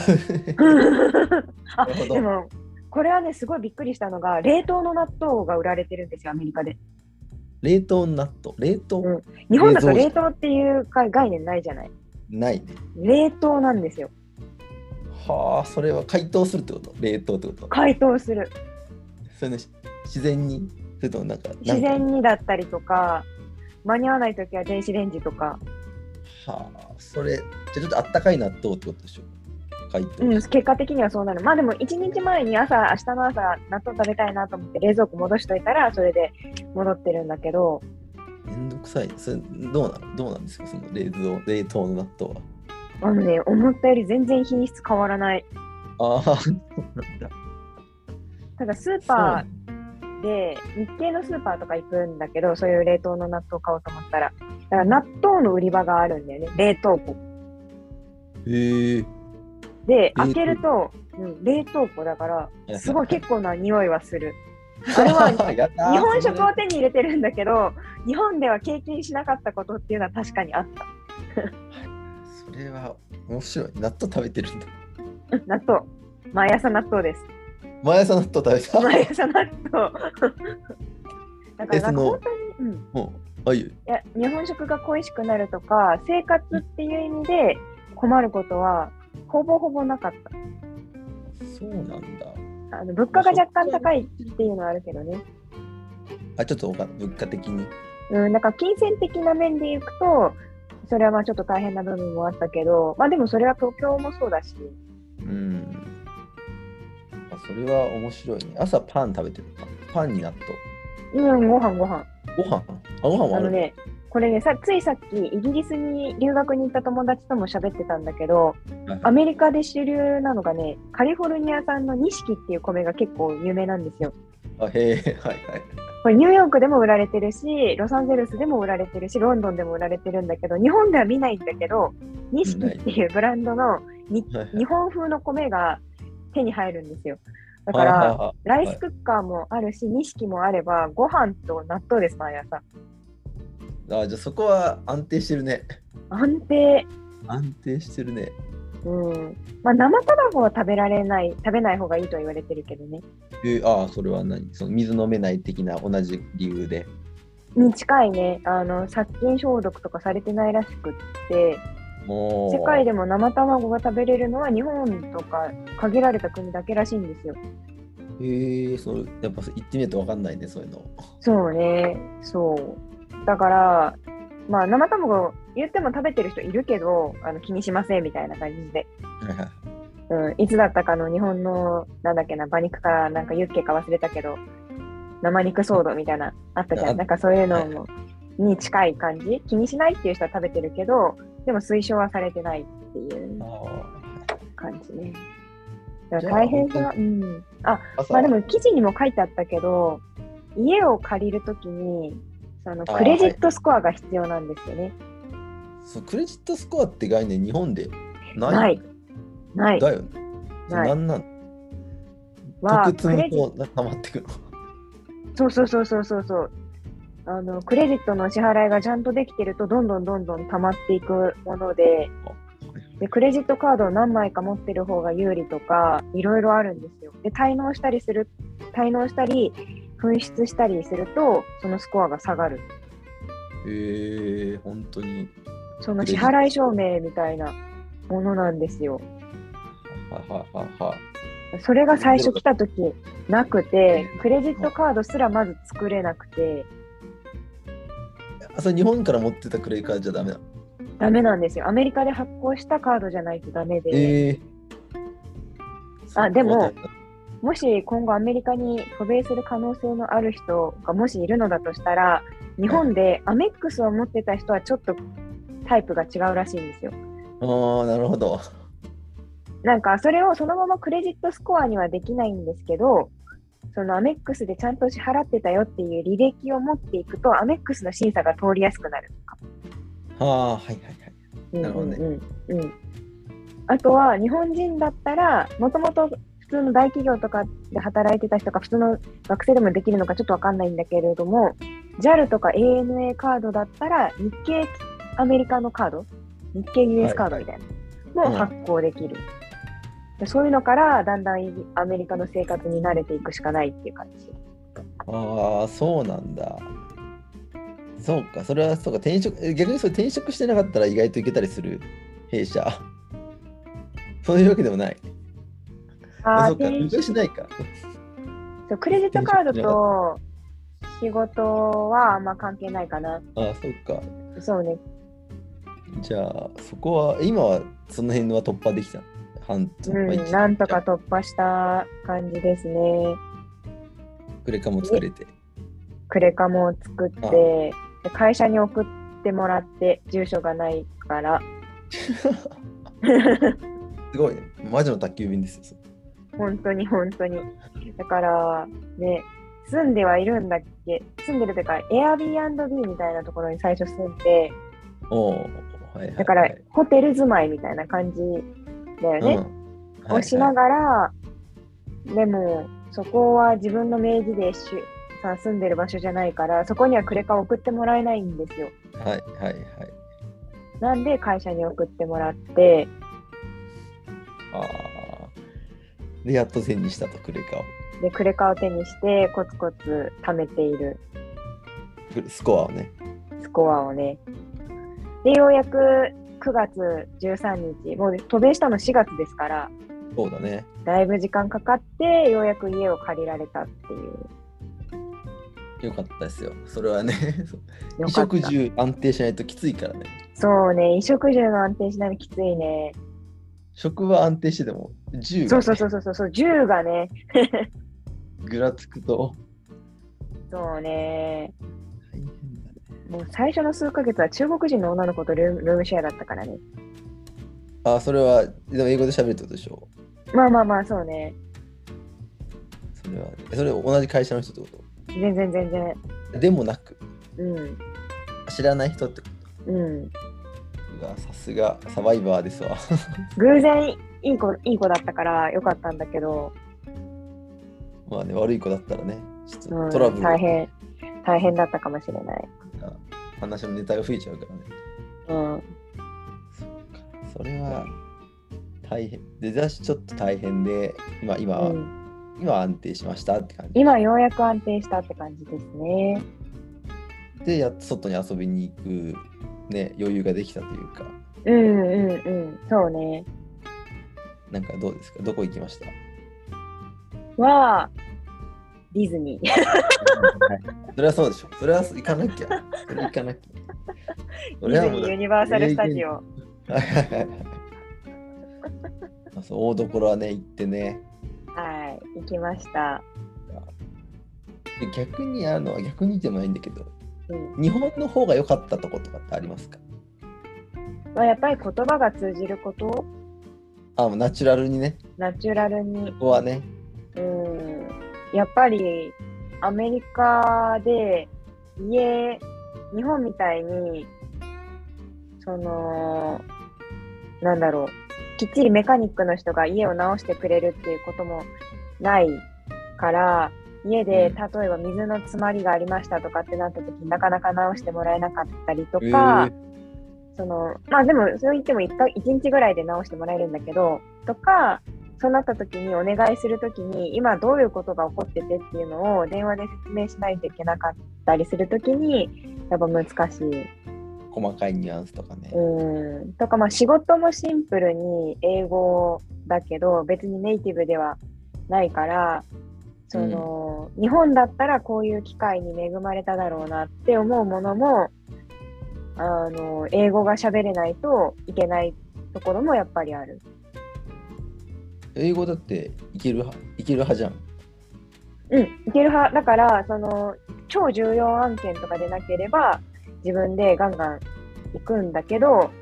[SPEAKER 1] なるほど
[SPEAKER 2] でもこれはねすごいびっくりしたのが冷凍の納豆が売られてるんですよアメリカで
[SPEAKER 1] 冷凍納豆。冷凍、
[SPEAKER 2] うん日本だと冷
[SPEAKER 1] 冷蔵
[SPEAKER 2] 凍っていうか概念ないじゃない
[SPEAKER 1] ないね。
[SPEAKER 2] 冷凍なんですよ
[SPEAKER 1] はあ、それは解凍するってこと冷凍ってこと
[SPEAKER 2] 解凍する
[SPEAKER 1] それね、し自然にそれともなんか。なんか
[SPEAKER 2] 自然にだったりとか間に合わない時は電子レンジとか、
[SPEAKER 1] はあ、それ、じゃあちょっとあったかい納豆ってことでしょ解凍。
[SPEAKER 2] うん、結果的にはそうなるまあでも1日前に朝明日の朝納豆食べたいなと思って冷蔵庫戻しといたらそれで戻ってるんだけど
[SPEAKER 1] めんどくさい。それ、どうなのどうなんですかその冷蔵、冷凍の納豆は。
[SPEAKER 2] あのね思ったより全然品質変わらない
[SPEAKER 1] ああ、そうなんだ。
[SPEAKER 2] ただスー
[SPEAKER 1] そう
[SPEAKER 2] パ
[SPEAKER 1] なんだ
[SPEAKER 2] ーで日系のスーパーとか行くんだけどそういう冷凍の納豆買おうと思ったらだから納豆の売り場があるんだよね冷凍庫
[SPEAKER 1] へえ。
[SPEAKER 2] で
[SPEAKER 1] 凍庫
[SPEAKER 2] 開けると、うん、冷凍庫だからすごい結構な匂いはするあれは
[SPEAKER 1] 構。 やったー
[SPEAKER 2] 日本
[SPEAKER 1] そ
[SPEAKER 2] 食
[SPEAKER 1] の
[SPEAKER 2] を手に入れてるんだけど日本では経験しなかったことっていうのは確かにあった
[SPEAKER 1] それは面白い。納豆食べてるんだ。
[SPEAKER 2] うん納豆毎朝納豆です
[SPEAKER 1] 毎朝納豆食べた。
[SPEAKER 2] 毎朝納 豆だから
[SPEAKER 1] え
[SPEAKER 2] な
[SPEAKER 1] そ
[SPEAKER 2] んか
[SPEAKER 1] の
[SPEAKER 2] 本当に、うん、い
[SPEAKER 1] もう、あいいよ。
[SPEAKER 2] や日本食が恋しくなるとか生活っていう意味で困ることはほぼほぼなかっ
[SPEAKER 1] そうなんだ。
[SPEAKER 2] たあの物価が若干高いっていうのはあるけどね
[SPEAKER 1] あ、ちょっとおか物価的に。
[SPEAKER 2] うん、なんか金銭的な面でいくと、それはまあちょっと大変な部分もあったけど、まあでもそれは東京もそうだし、
[SPEAKER 1] うん。あそれは面白いね。朝パン食べてる。パパンに納
[SPEAKER 2] うん、ご飯ご飯。
[SPEAKER 1] 豆。ご飯あ、ご飯も
[SPEAKER 2] あ
[SPEAKER 1] あ
[SPEAKER 2] の
[SPEAKER 1] る
[SPEAKER 2] ね、これねさ、ついさっきイギリスに留学に行った友達とも喋ってたんだけど、
[SPEAKER 1] はい
[SPEAKER 2] アメリカで主流なのがね、カリフォルニア産の錦っていう米が結構有名なんですよ。
[SPEAKER 1] あ、へえ、はいはい。
[SPEAKER 2] これニューヨークでも売られてるし、ロサンゼルスでも売られてるし、ロンドンでも売られてるんだけど、日本では見ないんだけど、錦っていうブランドのに
[SPEAKER 1] はいはい
[SPEAKER 2] 日本風の米が手に入るんですよ。だから、
[SPEAKER 1] あ
[SPEAKER 2] ライスクッカーもあるし、錦もあれば、ご飯と納豆です、毎朝。
[SPEAKER 1] ーあじゃあそこは安定してるね。
[SPEAKER 2] 安定。
[SPEAKER 1] 安定してるね。
[SPEAKER 2] うん。まあ、生卵は食べられない、食べない方がいいとは言われてるけどね。
[SPEAKER 1] えー、ああ、それは何その水飲めない的な同じ理由で。
[SPEAKER 2] に近いね、あの、殺菌消毒とかされてないらしくって、
[SPEAKER 1] もう。
[SPEAKER 2] 世界でも生卵が食べれるのは日本とか限られた国だけらしいんですよ。
[SPEAKER 1] へえ、そう、やっぱ行ってみると分かんないね、そういうの。
[SPEAKER 2] そうね、そう。だから、まあ、生卵言っても食べてる人いるけど、あの気にしませんみたいな感じで、うん、いつだったかの日本の、なんだっけな、馬肉かなんかユッケか忘れたけど、生肉騒動みたいな、あったじゃ
[SPEAKER 1] あ
[SPEAKER 2] ん。なんかそういうのも、に近い感じ。気にしないっていう人は食べてるけど、でも推奨はされてないっていう感じね。だから大変
[SPEAKER 1] じゃあ
[SPEAKER 2] だ。うん。あ、
[SPEAKER 1] 朝
[SPEAKER 2] まあでも記事にも書いてあったけど、家を借りるときに、その
[SPEAKER 1] あー
[SPEAKER 2] クレジットスコアが必要なんですよね。
[SPEAKER 1] そうクレジットスコアって概念日本でない
[SPEAKER 2] ないない。
[SPEAKER 1] だよね。それ
[SPEAKER 2] ない
[SPEAKER 1] なんなん
[SPEAKER 2] は
[SPEAKER 1] 特
[SPEAKER 2] ク
[SPEAKER 1] 通
[SPEAKER 2] レジ
[SPEAKER 1] もこう溜まってくの。
[SPEAKER 2] そうそうそうそうそうそう。あのクレジットの支払いがちゃんとできてるとどんどんどんどん溜まっていくものででクレジットカードを何枚か持ってる方が有利とかいろいろあるんですよ。で滞納したりする滞納したり紛失したりするとそのスコアが下がる
[SPEAKER 1] へえ本当に。
[SPEAKER 2] その支払い証明みたいなものなんですよ。
[SPEAKER 1] はいはいはいはい。
[SPEAKER 2] それが最初来た時なくてクレジットカードすらまず作れなくて
[SPEAKER 1] あそれ日本から持ってたクレカじゃダメだ。
[SPEAKER 2] ダメなんですよ。アメリカで発行したカードじゃないとダメで。
[SPEAKER 1] ええ
[SPEAKER 2] あでももし今後アメリカに渡米する可能性のある人がもしいるのだとしたら日本でアメックスを持ってた人はちょっとタイプが違うらしいんですよ。
[SPEAKER 1] ああなるほど。
[SPEAKER 2] なんかそれをそのままクレジットスコアにはできないんですけどそのアメックスでちゃんと支払ってたよっていう履歴を持っていくとアメックスの審査が通りやすくなるとか。
[SPEAKER 1] はあはいはいはい。なるほどね
[SPEAKER 2] うんうんうんうんあとは日本人だったらもともと普通の大企業とかで働いてた人か普通の学生でもできるのかちょっとわかんないんだけれども JAL とか ANA カードだったら日系アメリカのカード日系 US カードみたいな
[SPEAKER 1] はい
[SPEAKER 2] のを発行できる、でそういうのからだんだんアメリカの生活に慣れていくしかないっていう感じ
[SPEAKER 1] ああそうなんだ。そうかそれはそうか転職え逆にそれ転職してなかったら意外といけたりする弊社。 そういうわけでもない。あ
[SPEAKER 2] あー
[SPEAKER 1] そうか
[SPEAKER 2] 転
[SPEAKER 1] 移動しないか。
[SPEAKER 2] そうクレジットカードと仕事はあんま関係ないかな
[SPEAKER 1] ああそうか。
[SPEAKER 2] そうね
[SPEAKER 1] じゃあそこは今はその辺は突破できた。半まあ
[SPEAKER 2] う
[SPEAKER 1] 一
[SPEAKER 2] ん、なんとか突破した感じですね。
[SPEAKER 1] クレカも作れて。
[SPEAKER 2] クレカも作って、
[SPEAKER 1] あ
[SPEAKER 2] で会社に送ってもらって、住所がないから、
[SPEAKER 1] すごいね。魔女の宅急便ですよ。それ
[SPEAKER 2] 本当に本当に。だから、ね、住んではいるんだっけ住んでるというか、Airbnb みたいなところに最初住んで、
[SPEAKER 1] おお。はいはい、はい。
[SPEAKER 2] だから、ホテル住まいみたいな感じだよね。
[SPEAKER 1] うん。
[SPEAKER 2] をしな
[SPEAKER 1] が
[SPEAKER 2] がら、でもそこは自分の名義でしさ住んでる場所じゃないからそこにはクレカを送ってもらえないんですよ
[SPEAKER 1] ら。はいはいはい。
[SPEAKER 2] なんで会社に送ってもらって
[SPEAKER 1] ああ。で、やっと手にしたと、クレカを。
[SPEAKER 2] でクレカを手にしてコツコツ貯めている
[SPEAKER 1] スコアをね。
[SPEAKER 2] スコアをねでようやく9月13日もう渡米したの4月ですから
[SPEAKER 1] そうだね。
[SPEAKER 2] だいぶ時間かかってようやく家を借りられたっていう
[SPEAKER 1] よかったですよ。それはね、そう
[SPEAKER 2] よ
[SPEAKER 1] 衣
[SPEAKER 2] かっ
[SPEAKER 1] 食
[SPEAKER 2] た
[SPEAKER 1] 住安定しないときついからね。
[SPEAKER 2] そうね衣食住の安定しないのきついね
[SPEAKER 1] 食は安定してても、住
[SPEAKER 2] そ
[SPEAKER 1] が
[SPEAKER 2] うそうそうそうそう銃がね
[SPEAKER 1] ぐらつくと
[SPEAKER 2] そう
[SPEAKER 1] 大
[SPEAKER 2] ね。
[SPEAKER 1] 変だね。
[SPEAKER 2] もう最初の数ヶ月は中国人の女の子とルームルームシェアだったからね。
[SPEAKER 1] ああ、それは、でも英語で喋るってことでしょ
[SPEAKER 2] まあまあまあ、そうね。
[SPEAKER 1] それは、それ同じ会社の人ってこ
[SPEAKER 2] 全然全然。
[SPEAKER 1] とでもなく、
[SPEAKER 2] うん。
[SPEAKER 1] 知らない人ってこ
[SPEAKER 2] う
[SPEAKER 1] と
[SPEAKER 2] ん。
[SPEAKER 1] が、さすがサバイバーですわ。
[SPEAKER 2] 偶然いい子、いい子だったからよかったんだけど、
[SPEAKER 1] まあね、悪い子だったらね、ちょっ
[SPEAKER 2] うん、
[SPEAKER 1] とトラブル、
[SPEAKER 2] 大変、大変だったかもしれない。
[SPEAKER 1] 話のネタが増えちゃうからね。
[SPEAKER 2] うん。
[SPEAKER 1] それは大変。出だしちょっと大変で、今、今、
[SPEAKER 2] うん、
[SPEAKER 1] 今は安定しましたって感じ。
[SPEAKER 2] 今ようやく安定したって感じですね。
[SPEAKER 1] で、やっと外に遊びに行く、ね、余裕ができたというか、
[SPEAKER 2] うんうんうん。そうね。
[SPEAKER 1] なんかどうですかどこ行きました
[SPEAKER 2] は、ディズニー。
[SPEAKER 1] それはそうでしょ。それは行かなきゃ。それ行かな きゃ。そ
[SPEAKER 2] デ
[SPEAKER 1] れ
[SPEAKER 2] ィ
[SPEAKER 1] は
[SPEAKER 2] ズ
[SPEAKER 1] も
[SPEAKER 2] ニ
[SPEAKER 1] う
[SPEAKER 2] ーユニバーサル・スタジオ。
[SPEAKER 1] はいはいはいあそう大所はね、行ってね。
[SPEAKER 2] はい、行きました。
[SPEAKER 1] で逆にあの逆にでもないんだけど
[SPEAKER 2] うん
[SPEAKER 1] 日本の方が良かったとことかってありますか
[SPEAKER 2] まあ、やっぱり言葉が通じることを
[SPEAKER 1] あもうナチュラルにね
[SPEAKER 2] ナチュラルに
[SPEAKER 1] ここはね
[SPEAKER 2] うんやっぱりアメリカで家日本みたいにそのなんだろうきっちりメカニックの人が家を直してくれるっていうこともないから家で
[SPEAKER 1] うん
[SPEAKER 2] 例えば水の詰まりがありましたとかってなった時になかなか直してもらえなかったりと
[SPEAKER 1] え
[SPEAKER 2] か、そのまあでもそう言っても 1, か1日ぐらいで直してもらえるんだけどとかそうなった時にお願いする時に今どういうことが起こっててっていうのを電話で説明しないといけなかったりする時にやっぱ難しい。
[SPEAKER 1] 細かいニュアンスとかね、
[SPEAKER 2] うんとかまあ仕事もシンプルに英語だけど別にネイティブではないからその、日本だったらこういう機会に恵まれただろうなって思うものもあの英語が喋れないといけないところもやっぱりある。
[SPEAKER 1] 英語だっていける派いける派じゃん
[SPEAKER 2] うん、いける派だからその超重要案件とかでなければ自分でガンガン行くんだけど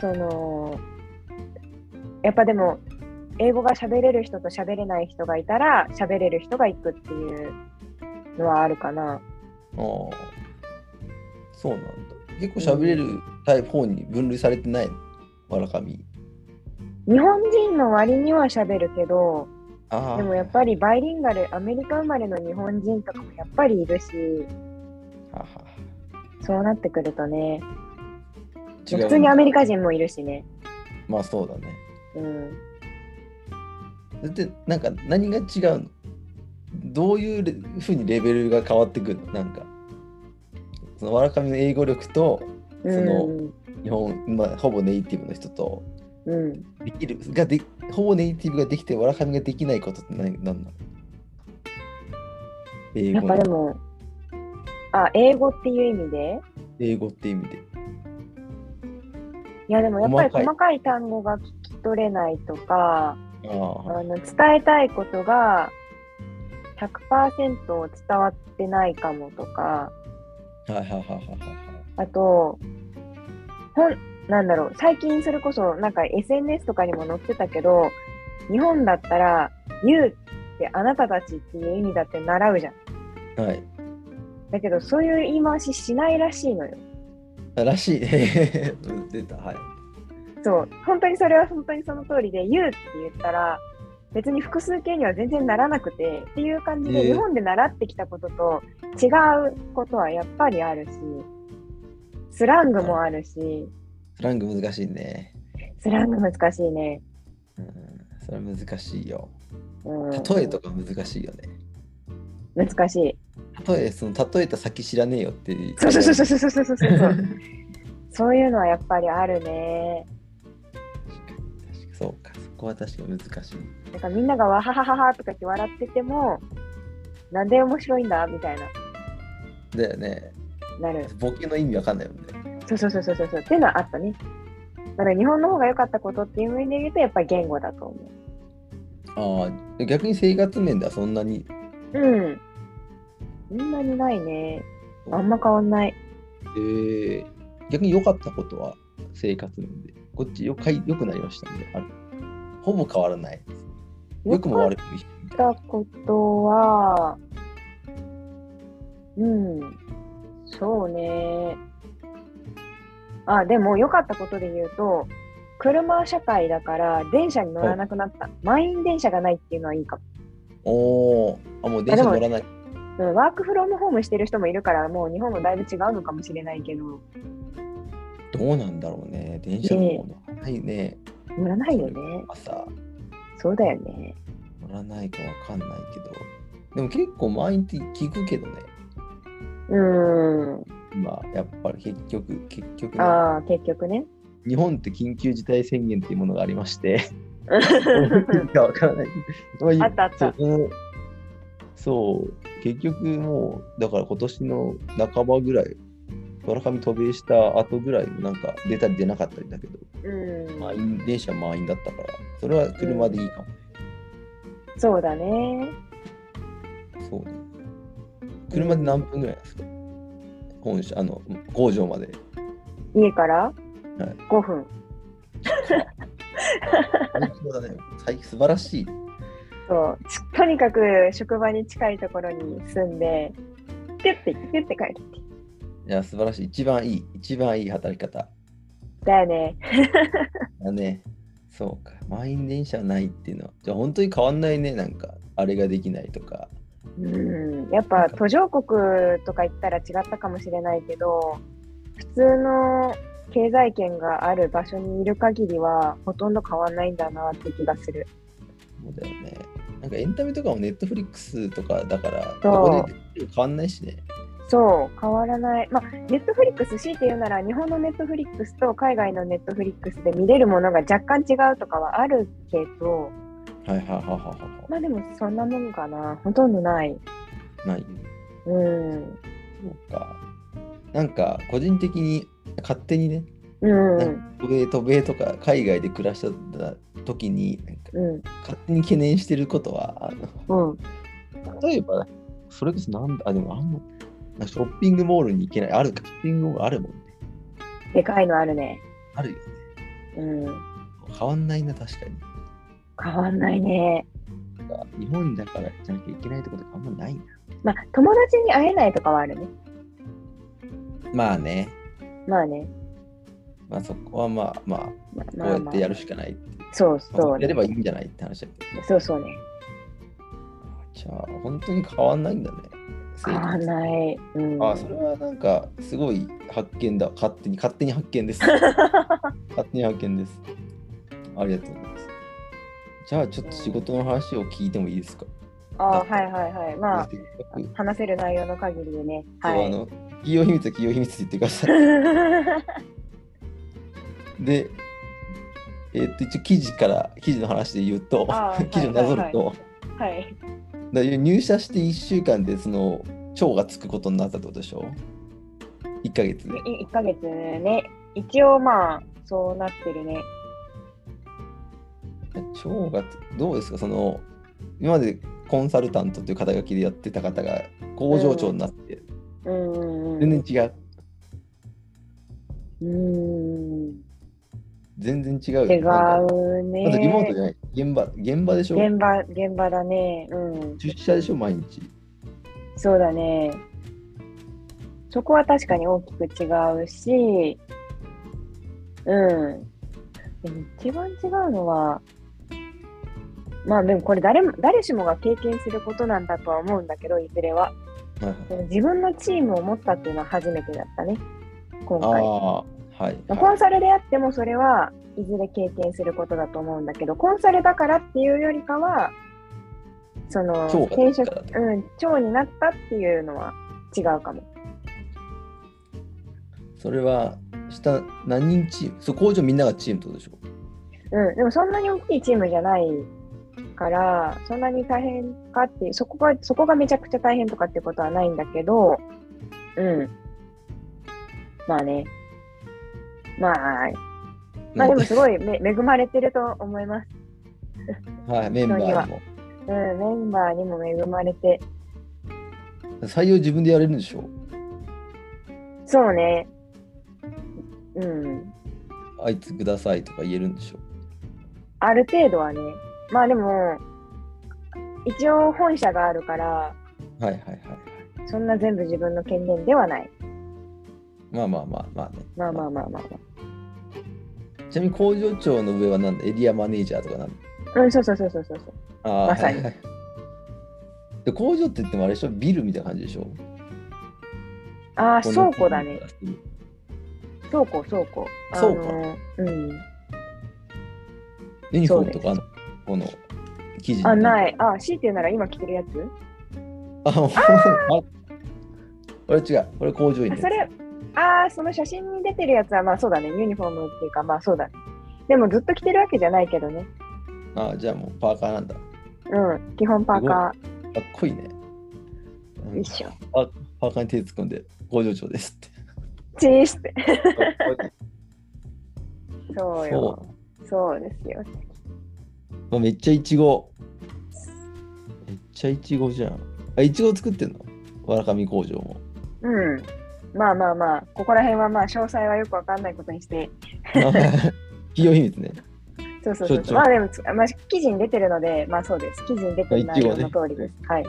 [SPEAKER 2] そのやっぱでも英語が喋れる人と喋れない人がいたら喋れる人が行くっていうのはあるかな。
[SPEAKER 1] ああそうなんだ結構喋れるタイプ方に分類されてないのわらかみ
[SPEAKER 2] 日本人の割には喋るけど
[SPEAKER 1] ああ
[SPEAKER 2] でもやっぱりバイリンガルアメリカ生まれの日本人とかもやっぱりいるし
[SPEAKER 1] はは
[SPEAKER 2] そうなってくるとね
[SPEAKER 1] 違う
[SPEAKER 2] 普通にアメリカ人もいるしね。
[SPEAKER 1] まあそうだね
[SPEAKER 2] うん
[SPEAKER 1] だってなんか何が違うのどういうレふうにレベルが変わってくるのなんかそのわらかみの英語力とその
[SPEAKER 2] うん
[SPEAKER 1] 日本、まあ、ほぼネイティブの人と
[SPEAKER 2] うん
[SPEAKER 1] できるがでほぼネイティブができてわらかみができないことって何何なの英
[SPEAKER 2] やっ
[SPEAKER 1] 語
[SPEAKER 2] ぱ
[SPEAKER 1] の
[SPEAKER 2] でも、あ、英語っていう意味で
[SPEAKER 1] 英語って意味で
[SPEAKER 2] いやでもやっぱ
[SPEAKER 1] 細かい
[SPEAKER 2] り細かい単語が聞き取れないと
[SPEAKER 1] あ
[SPEAKER 2] か、
[SPEAKER 1] あ
[SPEAKER 2] あの伝えたいことが100%伝わってないかもとか、
[SPEAKER 1] はいはいはいはいはい
[SPEAKER 2] あと、ほんなんだろう、最近それこそなんか SNS とかにも載ってたけど、日本だったら、you ってあなたたちっていう意味だって習うじゃん。
[SPEAKER 1] はいはい
[SPEAKER 2] だけどそういう言い回ししないらしいのよ。
[SPEAKER 1] あらしいうん 出たはい
[SPEAKER 2] そう、本当にそれは本当にその通りで、言うって言ったら、別に複数形には全然ならなくてっていう感じ
[SPEAKER 1] え
[SPEAKER 2] で、
[SPEAKER 1] ー
[SPEAKER 2] 日本で習ってきたことと違うことはやっぱりあるし、スラングもあるし、
[SPEAKER 1] スラング難しいね、
[SPEAKER 2] スラング難しいね。
[SPEAKER 1] うん、それは難しいよ
[SPEAKER 2] うん、
[SPEAKER 1] 例えとか難しいよね
[SPEAKER 2] 難しい。
[SPEAKER 1] 例えその例えた先知らねえよっていう
[SPEAKER 2] そうそうそうそうそうそうそうそう。そういうのはやっぱりあるね。
[SPEAKER 1] 確かにそうかそこは確かに難しい
[SPEAKER 2] だからみんながわははははとか言って笑ってても、なんで面白いんだみたいな、
[SPEAKER 1] だよね
[SPEAKER 2] なる。
[SPEAKER 1] ボケの意味わかんないもんね
[SPEAKER 2] そうそうそうそうそうそうっていうのはあったね。だから日本の方が良かったことっていう意味で言うとやっぱり言語だと思
[SPEAKER 1] ああ逆に生活面ではそんなに
[SPEAKER 2] う。うん。そんなにないね。あんま変わんない。
[SPEAKER 1] えー逆に良かったことは生活面でこっちよかい良くなりましたねあるほぼ変わらない良くも悪くも一緒みたいな
[SPEAKER 2] 良かったことは、うん。そうね。あ、でも良かったことで言うと、車社会だから電車に乗らなくなった。満員電車がないっていうのはいいかも。
[SPEAKER 1] おーあもう電車乗らない
[SPEAKER 2] うんワークフロムホームしてる人もいるから、もう日本もだいぶ違うのかもしれないけど。
[SPEAKER 1] どうなんだろうね電車の方乗らないね
[SPEAKER 2] 乗らないよね。
[SPEAKER 1] 朝
[SPEAKER 2] そうだよね。
[SPEAKER 1] 乗らないかわかんないけどでも結構満員って聞くけどね
[SPEAKER 2] うーん。
[SPEAKER 1] まあやっぱり結局結局、ね、
[SPEAKER 2] ああ、結局ね。
[SPEAKER 1] 日本って緊急事態宣言っていうものがありまして 何かわからないまあいい
[SPEAKER 2] あったあった。
[SPEAKER 1] そうそう結局もうだから今年の半ばぐらい村上渡米した後ぐらいもなんか出たり出なかったりだけど
[SPEAKER 2] うん。
[SPEAKER 1] 満員電車満員だったからそれは車でいいかも、
[SPEAKER 2] そうだね。
[SPEAKER 1] そうね車で何分ぐらいなんですか本社、あの、工場 まで。
[SPEAKER 2] 家から
[SPEAKER 1] い
[SPEAKER 2] 5分。
[SPEAKER 1] 最高だね。最近素晴らしい。
[SPEAKER 2] そうちとにかく職場に近いところに住んで、ピュッて行って、ピュッて帰るっていう。
[SPEAKER 1] いや、素晴らしい。一番いい。一番いい働き方。
[SPEAKER 2] だよね。
[SPEAKER 1] だね。そうか。満員電車ないっていうのは。じゃあ本当に変わんないね。なんか、あれができないとか。
[SPEAKER 2] うん、やっぱ途上国とか行ったら違ったかもしれないけど、普通の経済圏がある場所にいる限りは、ほとんど変わんないんだなって気がする。
[SPEAKER 1] そうだよね。なんかエンタメとかもネットフリックスとかだから、
[SPEAKER 2] そう
[SPEAKER 1] どこででも変わんないしね。
[SPEAKER 2] そう、変わらない。まあ、ネットフリックス、強いて言うなら、日本のネットフリックスと海外のネットフリックスで見れるものが若干違うとかはあるけど、
[SPEAKER 1] はいはいはいはいは
[SPEAKER 2] まあでもそんなもんかな。ほとんどない。
[SPEAKER 1] い。ない。
[SPEAKER 2] うん。
[SPEAKER 1] そうか。なんか、個人的に勝手にね、
[SPEAKER 2] うん。う
[SPEAKER 1] なん
[SPEAKER 2] ん。
[SPEAKER 1] か渡米渡米とか海外で暮らしてた時に、なんか
[SPEAKER 2] うん。
[SPEAKER 1] 勝手に懸念してることは、あの例えば、それこそなんだ、あ、でもあんま、なんかショッピングモールに行けない、あるか、ショッピングモールあるもんね。
[SPEAKER 2] でかいのあるね。
[SPEAKER 1] あるよね。
[SPEAKER 2] うん。
[SPEAKER 1] 変わんないな、確かに。
[SPEAKER 2] 変わんないね。
[SPEAKER 1] なんか日本だからじゃなきゃいけないってことかあんまないな。
[SPEAKER 2] まあ、友達に会えないとかはあるね。
[SPEAKER 1] まあね。
[SPEAKER 2] まあね。
[SPEAKER 1] まあそこはまあまあ、
[SPEAKER 2] まあ
[SPEAKER 1] こう
[SPEAKER 2] ま
[SPEAKER 1] や
[SPEAKER 2] あ、
[SPEAKER 1] っ
[SPEAKER 2] ま
[SPEAKER 1] てや
[SPEAKER 2] あ。
[SPEAKER 1] るしかない。
[SPEAKER 2] そう
[SPEAKER 1] まあ
[SPEAKER 2] そう、
[SPEAKER 1] やれ
[SPEAKER 2] ね。
[SPEAKER 1] ばいいんじゃないって話だけど。
[SPEAKER 2] そうそうね。
[SPEAKER 1] じゃあ、本当に変わんないんだね。
[SPEAKER 2] 変わん
[SPEAKER 1] い。
[SPEAKER 2] ない。うん。
[SPEAKER 1] あ、それはなんか、すごい発見だ。勝手に、勝手に発見 です。勝手に発見です。ありがとうございます。じゃあ、ちょっと仕事の話を聞いてもいいですか。
[SPEAKER 2] あはいはいはい。まあ、
[SPEAKER 1] せっかく
[SPEAKER 2] 話せる内容の限りでね。は
[SPEAKER 1] そうあ
[SPEAKER 2] い。
[SPEAKER 1] の企業秘密は企業秘密って言ってくだ さい。で、えーっと一応記事から記事の話で言うと
[SPEAKER 2] あー
[SPEAKER 1] 記事をなぞると、
[SPEAKER 2] はい。
[SPEAKER 1] だから入社して1週間でその腸がつくことになったってことでしょ ?1 ヶ月で。
[SPEAKER 2] い1ヶ月ね。一応まあ、そうなってるね。
[SPEAKER 1] 腸がつどうですかその今までコンサルタントという肩書きでやってた方が工場長になって、
[SPEAKER 2] うんうんう
[SPEAKER 1] 全
[SPEAKER 2] ん。
[SPEAKER 1] 然違う
[SPEAKER 2] うん。
[SPEAKER 1] 全然違うよ
[SPEAKER 2] 違
[SPEAKER 1] ねなんか
[SPEAKER 2] うね。
[SPEAKER 1] まずリモートじゃない現場現場でしょ
[SPEAKER 2] 現場、現場だね。うん。
[SPEAKER 1] 出社でしょ毎日。
[SPEAKER 2] そうだね。そこは確かに大きく違うし、うん。でも一番違うのは、まあでもこれ誰も誰しもが経験することなんだとは思うんだけど、いずれは。
[SPEAKER 1] はいはい
[SPEAKER 2] でも自分のチームを持ったっていうのは初めてだったね、今
[SPEAKER 1] あ
[SPEAKER 2] 回。
[SPEAKER 1] あー、はい。
[SPEAKER 2] まあコ
[SPEAKER 1] はい
[SPEAKER 2] ンサルであってもそれはいずれ経験することだと思うんだけどコンサルだからっていうよりかはその
[SPEAKER 1] 腸が
[SPEAKER 2] 転職
[SPEAKER 1] だからね
[SPEAKER 2] うん腸になったっていうのは違うかも
[SPEAKER 1] それは下何人チームそう工場みんながチームってことでしょ
[SPEAKER 2] うんでもそんなに大きいチームじゃないからそんなに大変かっていうそこがそこがめちゃくちゃ大変とかってことはないんだけどうんまあねまあ、まあでもすごいめ恵まれてると思います
[SPEAKER 1] はい、メンバーにも。
[SPEAKER 2] うん、メンバーにも恵まれて、
[SPEAKER 1] 採用自分でやれるんでしょ
[SPEAKER 2] そうね。うん、
[SPEAKER 1] あいつくださいとか言えるんでしょ
[SPEAKER 2] ある程度はね。まあでも、一応本社があるから、
[SPEAKER 1] はいはいはいはい。
[SPEAKER 2] そんな全部自分の権限ではない。
[SPEAKER 1] まあまあまあまあね。
[SPEAKER 2] まあまあまあまあ、
[SPEAKER 1] ちなみに工場長の上は何だエリアマネージャーとかなんだ
[SPEAKER 2] まあ。うん、そうそうそうそうそうそう。
[SPEAKER 1] あー
[SPEAKER 2] まさに
[SPEAKER 1] はいはい で工場って言ってもあれでしょビルみたいな感じでしょ
[SPEAKER 2] ああ、
[SPEAKER 1] この
[SPEAKER 2] 倉庫だね。。倉庫、倉庫。あの
[SPEAKER 1] 倉庫
[SPEAKER 2] うん。
[SPEAKER 1] ユニフォームとかあんのこの記事に
[SPEAKER 2] あ、ない。あ、強いて言うなら今着てるやつ
[SPEAKER 1] あ、もう あこれ違う。これ工場員
[SPEAKER 2] あ
[SPEAKER 1] です。
[SPEAKER 2] それ、ああ、その写真に出てるやつは、まあそうだね。ユニフォームっていうか、まあそうだね。でもずっと着てるわけじゃないけどね。
[SPEAKER 1] あじゃあもうパーカーなんだ。か
[SPEAKER 2] うん、基本パーカ
[SPEAKER 1] っこいいね。
[SPEAKER 2] ー一緒。
[SPEAKER 1] パーカーに手突っ込んで工場長ですって。
[SPEAKER 2] チーして。
[SPEAKER 1] かっこいい
[SPEAKER 2] そうよ。そうですよ。
[SPEAKER 1] うわめっちゃいちご。めっちゃいちごじゃん。あ、いちご作ってんのわらかみ工場 も。
[SPEAKER 2] うん。まあまあまあ、ここら辺はまあ、詳細はよくわかんないことにして、
[SPEAKER 1] 企業秘密ね。
[SPEAKER 2] そうそうそう
[SPEAKER 1] しょっちゅ
[SPEAKER 2] そうう。まあでもつ、まあ、記事に出てるので、まあそうです。記事に出てる内容の通りです。はい。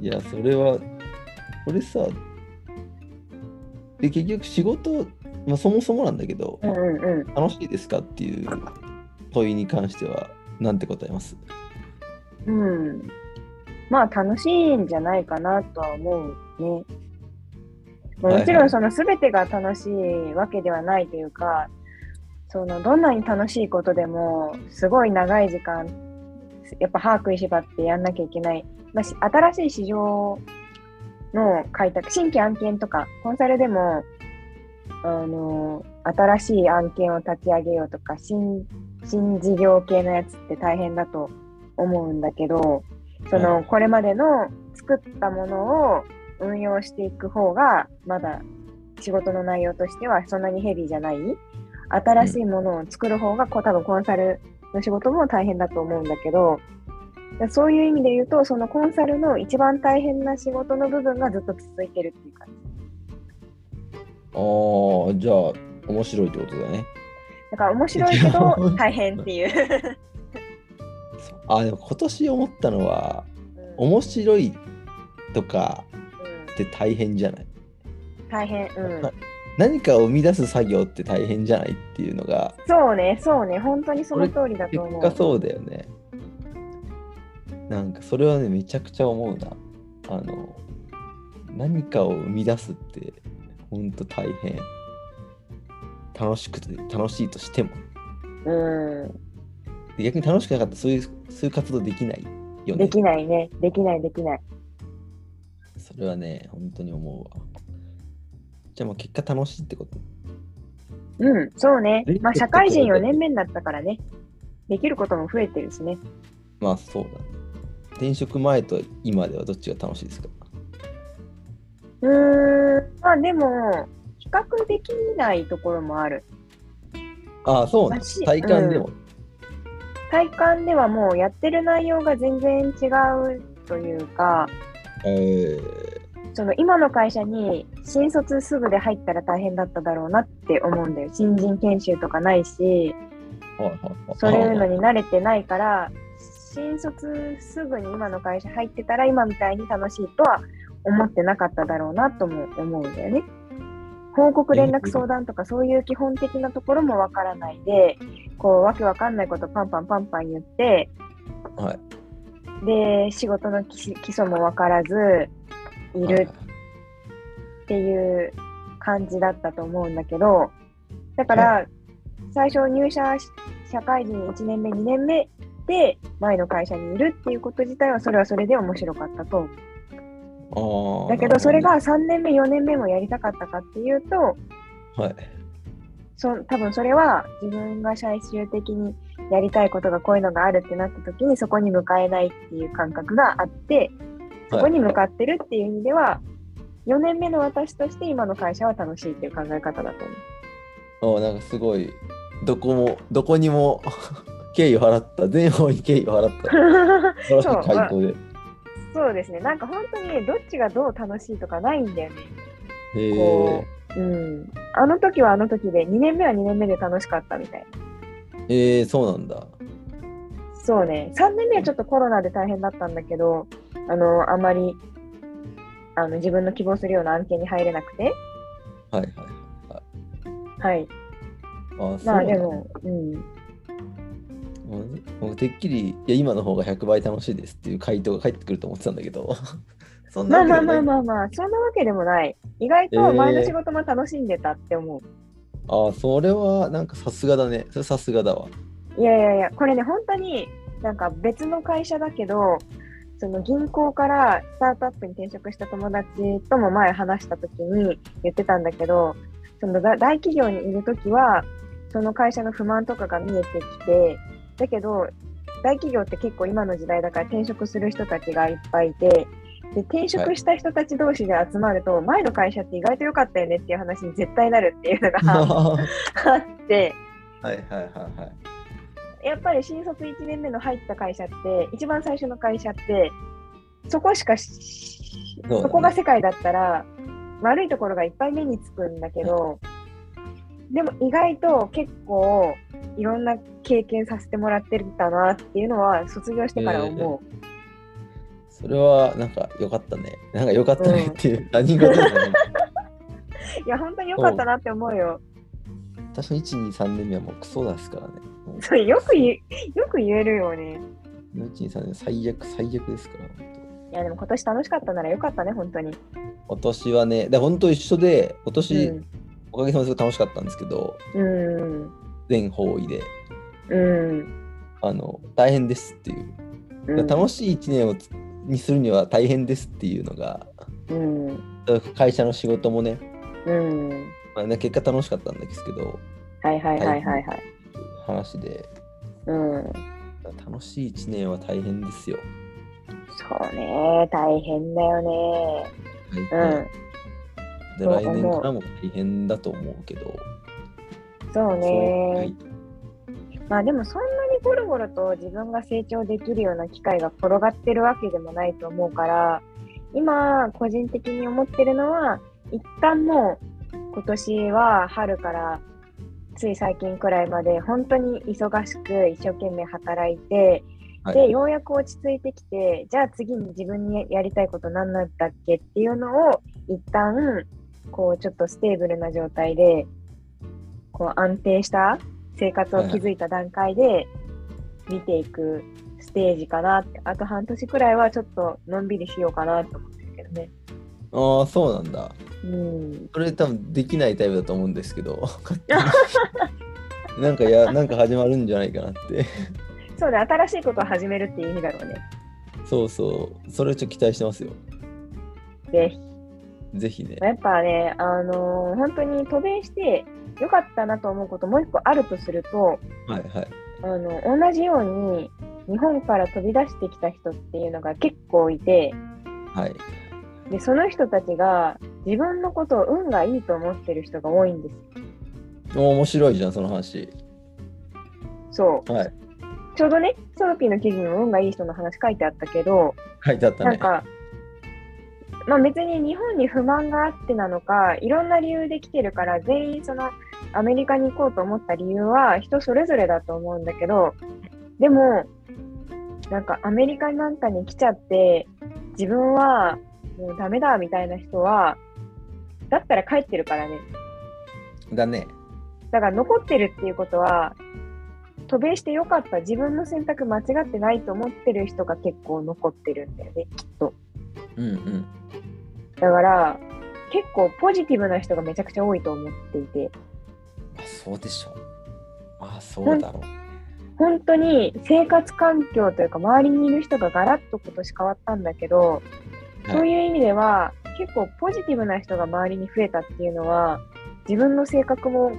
[SPEAKER 1] いや、それは、これさ、で、結局仕事、まあ、そもそもなんだけど、
[SPEAKER 2] うんうんうん。
[SPEAKER 1] 楽しいですかっていう問いに関しては、なんて答えます
[SPEAKER 2] うん。まあ楽しいんじゃないかなとは思うね。まあ
[SPEAKER 1] はいはい
[SPEAKER 2] もちろんその全てが楽しいわけではないというか、そのどんなに楽しいことでも、すごい長い時間、やっぱ歯食いしばってやんなきゃいけない。まあ、し新しい市場の開拓、新規案件とか、コンサルでも、あの、新しい案件を立ち上げようとか、新、新事業系のやつって大変だと思うんだけど、その、
[SPEAKER 1] はい
[SPEAKER 2] これまでの作ったものを運用していく方が、まだ仕事の内容としてはそんなにヘビーじゃない新しいものを作る方がこう多分コンサルの仕事も大変だと思うんだけどだそういう意味で言うとそのコンサルの一番大変な仕事の部分がずっと続いてるっていう感じ
[SPEAKER 1] ああ、じゃあ、面白いってことだね。
[SPEAKER 2] だから面白いけど大変っていう、
[SPEAKER 1] そうあでも今年思ったのは、
[SPEAKER 2] うん
[SPEAKER 1] 面白いとかって大変じゃない
[SPEAKER 2] 大変うん
[SPEAKER 1] な何かを生み出す作業って大変じゃないっていうのが
[SPEAKER 2] そうねそうね本当にその通りだと
[SPEAKER 1] 結
[SPEAKER 2] 思う
[SPEAKER 1] 果そうだよねなんかそれはねめちゃくちゃ思うなあの何かを生み出すってほんと大変楽しくて楽しいとしても
[SPEAKER 2] う
[SPEAKER 1] で逆に楽しくなかったらそういうそういう活動できないよ
[SPEAKER 2] ん
[SPEAKER 1] ね
[SPEAKER 2] できないねできないできない
[SPEAKER 1] それはね本当に思うわじゃあもう結果楽しいってこと
[SPEAKER 2] うんそうね
[SPEAKER 1] でき
[SPEAKER 2] まあ
[SPEAKER 1] て
[SPEAKER 2] 社会人
[SPEAKER 1] これ
[SPEAKER 2] 4
[SPEAKER 1] で
[SPEAKER 2] 年目になったからねできることも増えてるしね
[SPEAKER 1] まあそうだね。転職前と今ではどっちが楽しいですか
[SPEAKER 2] うーん、まあでも、比較できないところもある。
[SPEAKER 1] ああ、そうなん
[SPEAKER 2] まあし
[SPEAKER 1] 体感でも。
[SPEAKER 2] 体感ではもうやってる内容が全然違うというか、
[SPEAKER 1] え
[SPEAKER 2] その今の会社に新卒すぐで入ったら大変だっただろうなって思うんだよ。新人研修とかないし、
[SPEAKER 1] ーはいはいはい
[SPEAKER 2] そういうのに慣れてないから、新卒すぐに今の会社入ってたら今みたいに楽しいとは思ってなかっただろうなとも思うんだよね。報告連絡相談とかそういう基本的なところもわからないで、こうわけわかんないことパンパンパンパン言って、
[SPEAKER 1] はい
[SPEAKER 2] で、仕事の基基礎もわからず、いるっていう感じだったと思うんだけど、だから、最初入社し、社会人1年目、2年目で前の会社にいるっていうこと自体は、それはそれで面白かったと
[SPEAKER 1] あ
[SPEAKER 2] 思う。
[SPEAKER 1] あ。
[SPEAKER 2] だけど、それが
[SPEAKER 1] なる
[SPEAKER 2] 3年目、4年目もやりたかったかっていうと、
[SPEAKER 1] ほどね、
[SPEAKER 2] そ多分それは自分が最終的にやりたいことがこういうのがあるってなった時にそこに向かえないっていう感覚があってそこに向かってるっていう意味では4年目の私として今の会社は楽しいっていう考え方だと思
[SPEAKER 1] は
[SPEAKER 2] う。
[SPEAKER 1] い。あなんかすごい、どこも、どこにも 敬意を払った、全方位に敬意を払った。素晴らしい回答で。
[SPEAKER 2] そうですね。なんか本当にねどっちがどう楽しいとかないんだよね。
[SPEAKER 1] へ
[SPEAKER 2] こ
[SPEAKER 1] え
[SPEAKER 2] う、うん。あの時はあの時で、2年目は2年目で楽しかったみたいな。
[SPEAKER 1] えー、そうなんだ。
[SPEAKER 2] そうね。3年目はちょっとコロナで大変だったんだけど、あの、あんまり、あの、自分の希望するような案件に入れなくて。
[SPEAKER 1] はいはい。
[SPEAKER 2] はい。
[SPEAKER 1] ああ、そう
[SPEAKER 2] ま
[SPEAKER 1] な
[SPEAKER 2] あ
[SPEAKER 1] ん
[SPEAKER 2] で
[SPEAKER 1] だ。
[SPEAKER 2] も、うん。
[SPEAKER 1] うん僕てっきり、いや、今の方が100倍楽しいですっていう回答が返ってくると思ってたんだけど。 そんな
[SPEAKER 2] まあ
[SPEAKER 1] わけ
[SPEAKER 2] まあ
[SPEAKER 1] じゃ
[SPEAKER 2] ま
[SPEAKER 1] な
[SPEAKER 2] あ
[SPEAKER 1] い
[SPEAKER 2] まあまあ、そんなわけでもない。意外と前の仕事も楽しんでたって思う。
[SPEAKER 1] ああ、それはなんかさすがだね。それさすがだ わ。
[SPEAKER 2] いやいやいや、これね、本当になんか別の会社だけど、その銀行からスタートアップに転職した友達とも前話した時に言ってたんだけど、そのだ大企業にいる時は、その会社の不満とかが見えてきて、だけど、大企業って結構今の時代だから転職する人たちがいっぱいいて、で転職した人たち同士で集まると、前の会社って意外と良かったよねっていう話に絶対なるっていうのが
[SPEAKER 1] は
[SPEAKER 2] あって、
[SPEAKER 1] い はいはいはい。
[SPEAKER 2] やっぱり新卒1年目の入った会社って、一番最初の会社って、そこしかし、
[SPEAKER 1] だね
[SPEAKER 2] そこが世界だったら、悪いところがいっぱい目につくんだけど、でも意外と結構いろんな経験させてもらってるんだなっていうのは卒業してから思う。
[SPEAKER 1] それはなんか良かったね。なんか良かったねっていう、他人事じゃない。
[SPEAKER 2] いや、本当に良かったなって思うよ。
[SPEAKER 1] 私の1、2、3年目はもうクソですからね。もう
[SPEAKER 2] それよく言う、よく言えるよね。
[SPEAKER 1] 1、2、3年最悪、最悪ですから。本当
[SPEAKER 2] いや、でも今年楽しかったなら良かったね、本当に。
[SPEAKER 1] 今年はね、で本当一緒で、今
[SPEAKER 2] う
[SPEAKER 1] 年、
[SPEAKER 2] ん。
[SPEAKER 1] おかげさまですごい楽しかったんですけど、
[SPEAKER 2] うん。
[SPEAKER 1] 全方位で、
[SPEAKER 2] うん。
[SPEAKER 1] あの、大変ですっていう。
[SPEAKER 2] うん、
[SPEAKER 1] 楽しい1年をつにするには大変ですっていうのが、
[SPEAKER 2] うん。
[SPEAKER 1] 会社の仕事もね、
[SPEAKER 2] うん。
[SPEAKER 1] まあね、結果楽しかったんですけど、
[SPEAKER 2] はいはいはいはいはい。
[SPEAKER 1] 話で、
[SPEAKER 2] うん。
[SPEAKER 1] 楽しい1年は大変ですよ。
[SPEAKER 2] そうね、大変だよね。うん、
[SPEAKER 1] で
[SPEAKER 2] そう
[SPEAKER 1] 来年からも大変だと思うけど、
[SPEAKER 2] そう
[SPEAKER 1] そうはい
[SPEAKER 2] ね。まあでもそんなにゴロゴロと自分が成長できるような機会が転がってるわけでもないと思うから、今、個人的に思ってるのは、一旦もう今年は春からつい最近くらいまで本当に忙しく一生懸命働いて、
[SPEAKER 1] は
[SPEAKER 2] で
[SPEAKER 1] い
[SPEAKER 2] ようやく落ち着いてきてじゃあ次に自分にやりたいこと何なんだっけっていうのを一旦こうちょっとステーブルな状態でこう安定した生活を築いた段階で見ていくステージかなって、あと半年くらいはちょっとのんびりしようかなと思ってるけどね。
[SPEAKER 1] ああ、そうなんだ。
[SPEAKER 2] うん、
[SPEAKER 1] それ多分できないタイプだと思うんですけど、 勝手になんかや、なんか始まるんじゃないかなって。
[SPEAKER 2] そうね新しいことを始めるっていう意味だろうね。
[SPEAKER 1] そうそう、それちょっと期待してますよ。
[SPEAKER 2] ぜひ
[SPEAKER 1] ぜひね。
[SPEAKER 2] やっぱね、あのー本当に渡米して良かったなと思うこともう一個あるとすると、
[SPEAKER 1] はいはい。
[SPEAKER 2] あの同じように日本から飛び出してきた人っていうのが結構いて
[SPEAKER 1] はい。
[SPEAKER 2] でその人たちが自分のことを運がいいと思ってる人が多いんですよ
[SPEAKER 1] お面白いじゃん、その話。
[SPEAKER 2] そ
[SPEAKER 1] はい。
[SPEAKER 2] うちょうどねソロピーの記事にも運がいい人の話書いてあったけど
[SPEAKER 1] 書いてあった
[SPEAKER 2] なん
[SPEAKER 1] ね。
[SPEAKER 2] か、まあ、別に日本に不満があってなのかいろんな理由で来てるから全員そのアメリカに行こうと思った理由は人それぞれだと思うんだけどでもなんかアメリカなんかに来ちゃって自分はもうダメだみたいな人はだったら帰ってるからね
[SPEAKER 1] だね。
[SPEAKER 2] だから残ってるっていうことは渡米してよかった自分の選択間違ってないと思ってる人が結構残ってるんだよね
[SPEAKER 1] うんうん。
[SPEAKER 2] だから結構ポジティブな人がめちゃくちゃ多いと思っていて
[SPEAKER 1] あ、そうでしょ。あ、そうだろう。
[SPEAKER 2] 本当に生活環境というか周りにいる人がガラッと今年変わったんだけど、
[SPEAKER 1] はい
[SPEAKER 2] そういう意味では結構ポジティブな人が周りに増えたっていうのは自分の性格も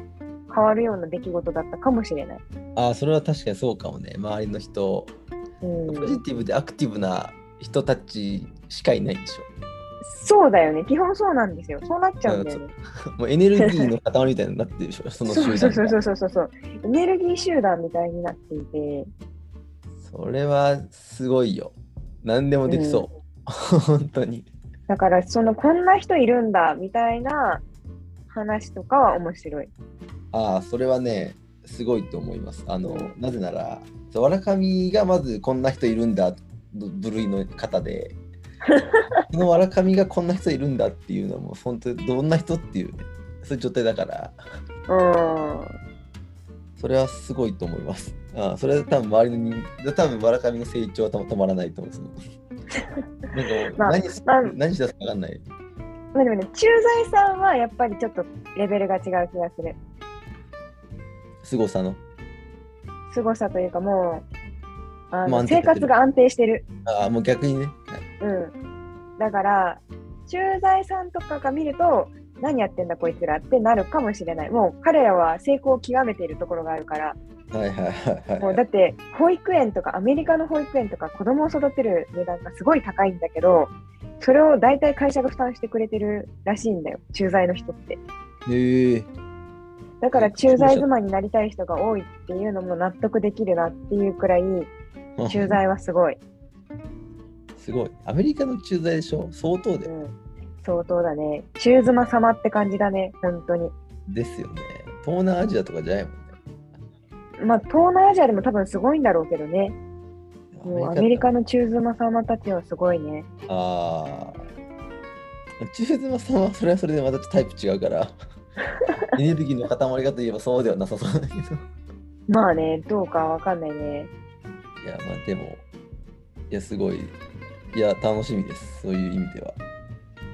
[SPEAKER 2] 変わるような出来事だったかもしれない。
[SPEAKER 1] あ、それは確かにそうかもね。周りの人、
[SPEAKER 2] うん
[SPEAKER 1] ポジティブでアクティブな人たちしかいないんでし
[SPEAKER 2] そうだよね基本そうなんですよそうなっちゃうんだよね。
[SPEAKER 1] ょ。もうエネルギーの塊みたいになってるで しょ、その集
[SPEAKER 2] そ
[SPEAKER 1] 団が
[SPEAKER 2] うそうそうそうそうそうエネルギー集団みたいになっていて
[SPEAKER 1] それはすごいよ。何でもできそう。本当に。
[SPEAKER 2] だからそのこんな人いるんだみたいな話とかは面白い。
[SPEAKER 1] ああ、それはね、すごいと思います。あの、なぜなら、そうわらかみがまずこんな人いるんだぶ部類の方 で、そのわらかみがこんな人いるんだっていうのはもう本当にどんな人っていう、ね、そういう状態だから、
[SPEAKER 2] うん
[SPEAKER 1] それはすごいと思います。ああそれは多分周りの人、多分わらかみの成長は多分止まらないと思うんですよ。なんか
[SPEAKER 2] まあ
[SPEAKER 1] 何し、
[SPEAKER 2] まあ
[SPEAKER 1] 何しだすか分かんない。
[SPEAKER 2] まあでもね、駐在さんはやっぱりちょっとレベルが違う気がする。
[SPEAKER 1] 凄さの。
[SPEAKER 2] 凄さというかもう、
[SPEAKER 1] ま
[SPEAKER 2] あ
[SPEAKER 1] あ
[SPEAKER 2] の
[SPEAKER 1] 安定
[SPEAKER 2] 生活が安定してる。
[SPEAKER 1] ああ、もう逆にね。はい
[SPEAKER 2] うん。だから、駐在さんとかが見ると、何やってんだこいつらってなるかもしれない。もう彼らは成功を極めているところがあるから、
[SPEAKER 1] はいはいはいはい。
[SPEAKER 2] もうだって保育園とかアメリカの保育園とか子供を育てる値段がすごい高いんだけど、それを大体会社が負担してくれてるらしいんだよ、駐在の人って。
[SPEAKER 1] へえ
[SPEAKER 2] だから駐在妻になりたい人が多いっていうのも納得できるなっていうくらい駐在はすごい。
[SPEAKER 1] すごい。アメリカの駐在でしょ相当で
[SPEAKER 2] うん、相当だね。中妻様って感じだね、本当に。
[SPEAKER 1] ですよね。東南アジアとかじゃないもんね。
[SPEAKER 2] まあ、東南アジアでも多分すごいんだろうけどね。もうアメリカ
[SPEAKER 1] の。
[SPEAKER 2] の中妻様たちはすごいね。
[SPEAKER 1] ああ。中妻さんはそれはそれでまたタイプ違う から。エネルギーの塊かといえばそうではなさそうだけど。い
[SPEAKER 2] まあね、どうかわかんないね。
[SPEAKER 1] や、まあでも、いや、すごい。いや、楽しみです。そういう意味では。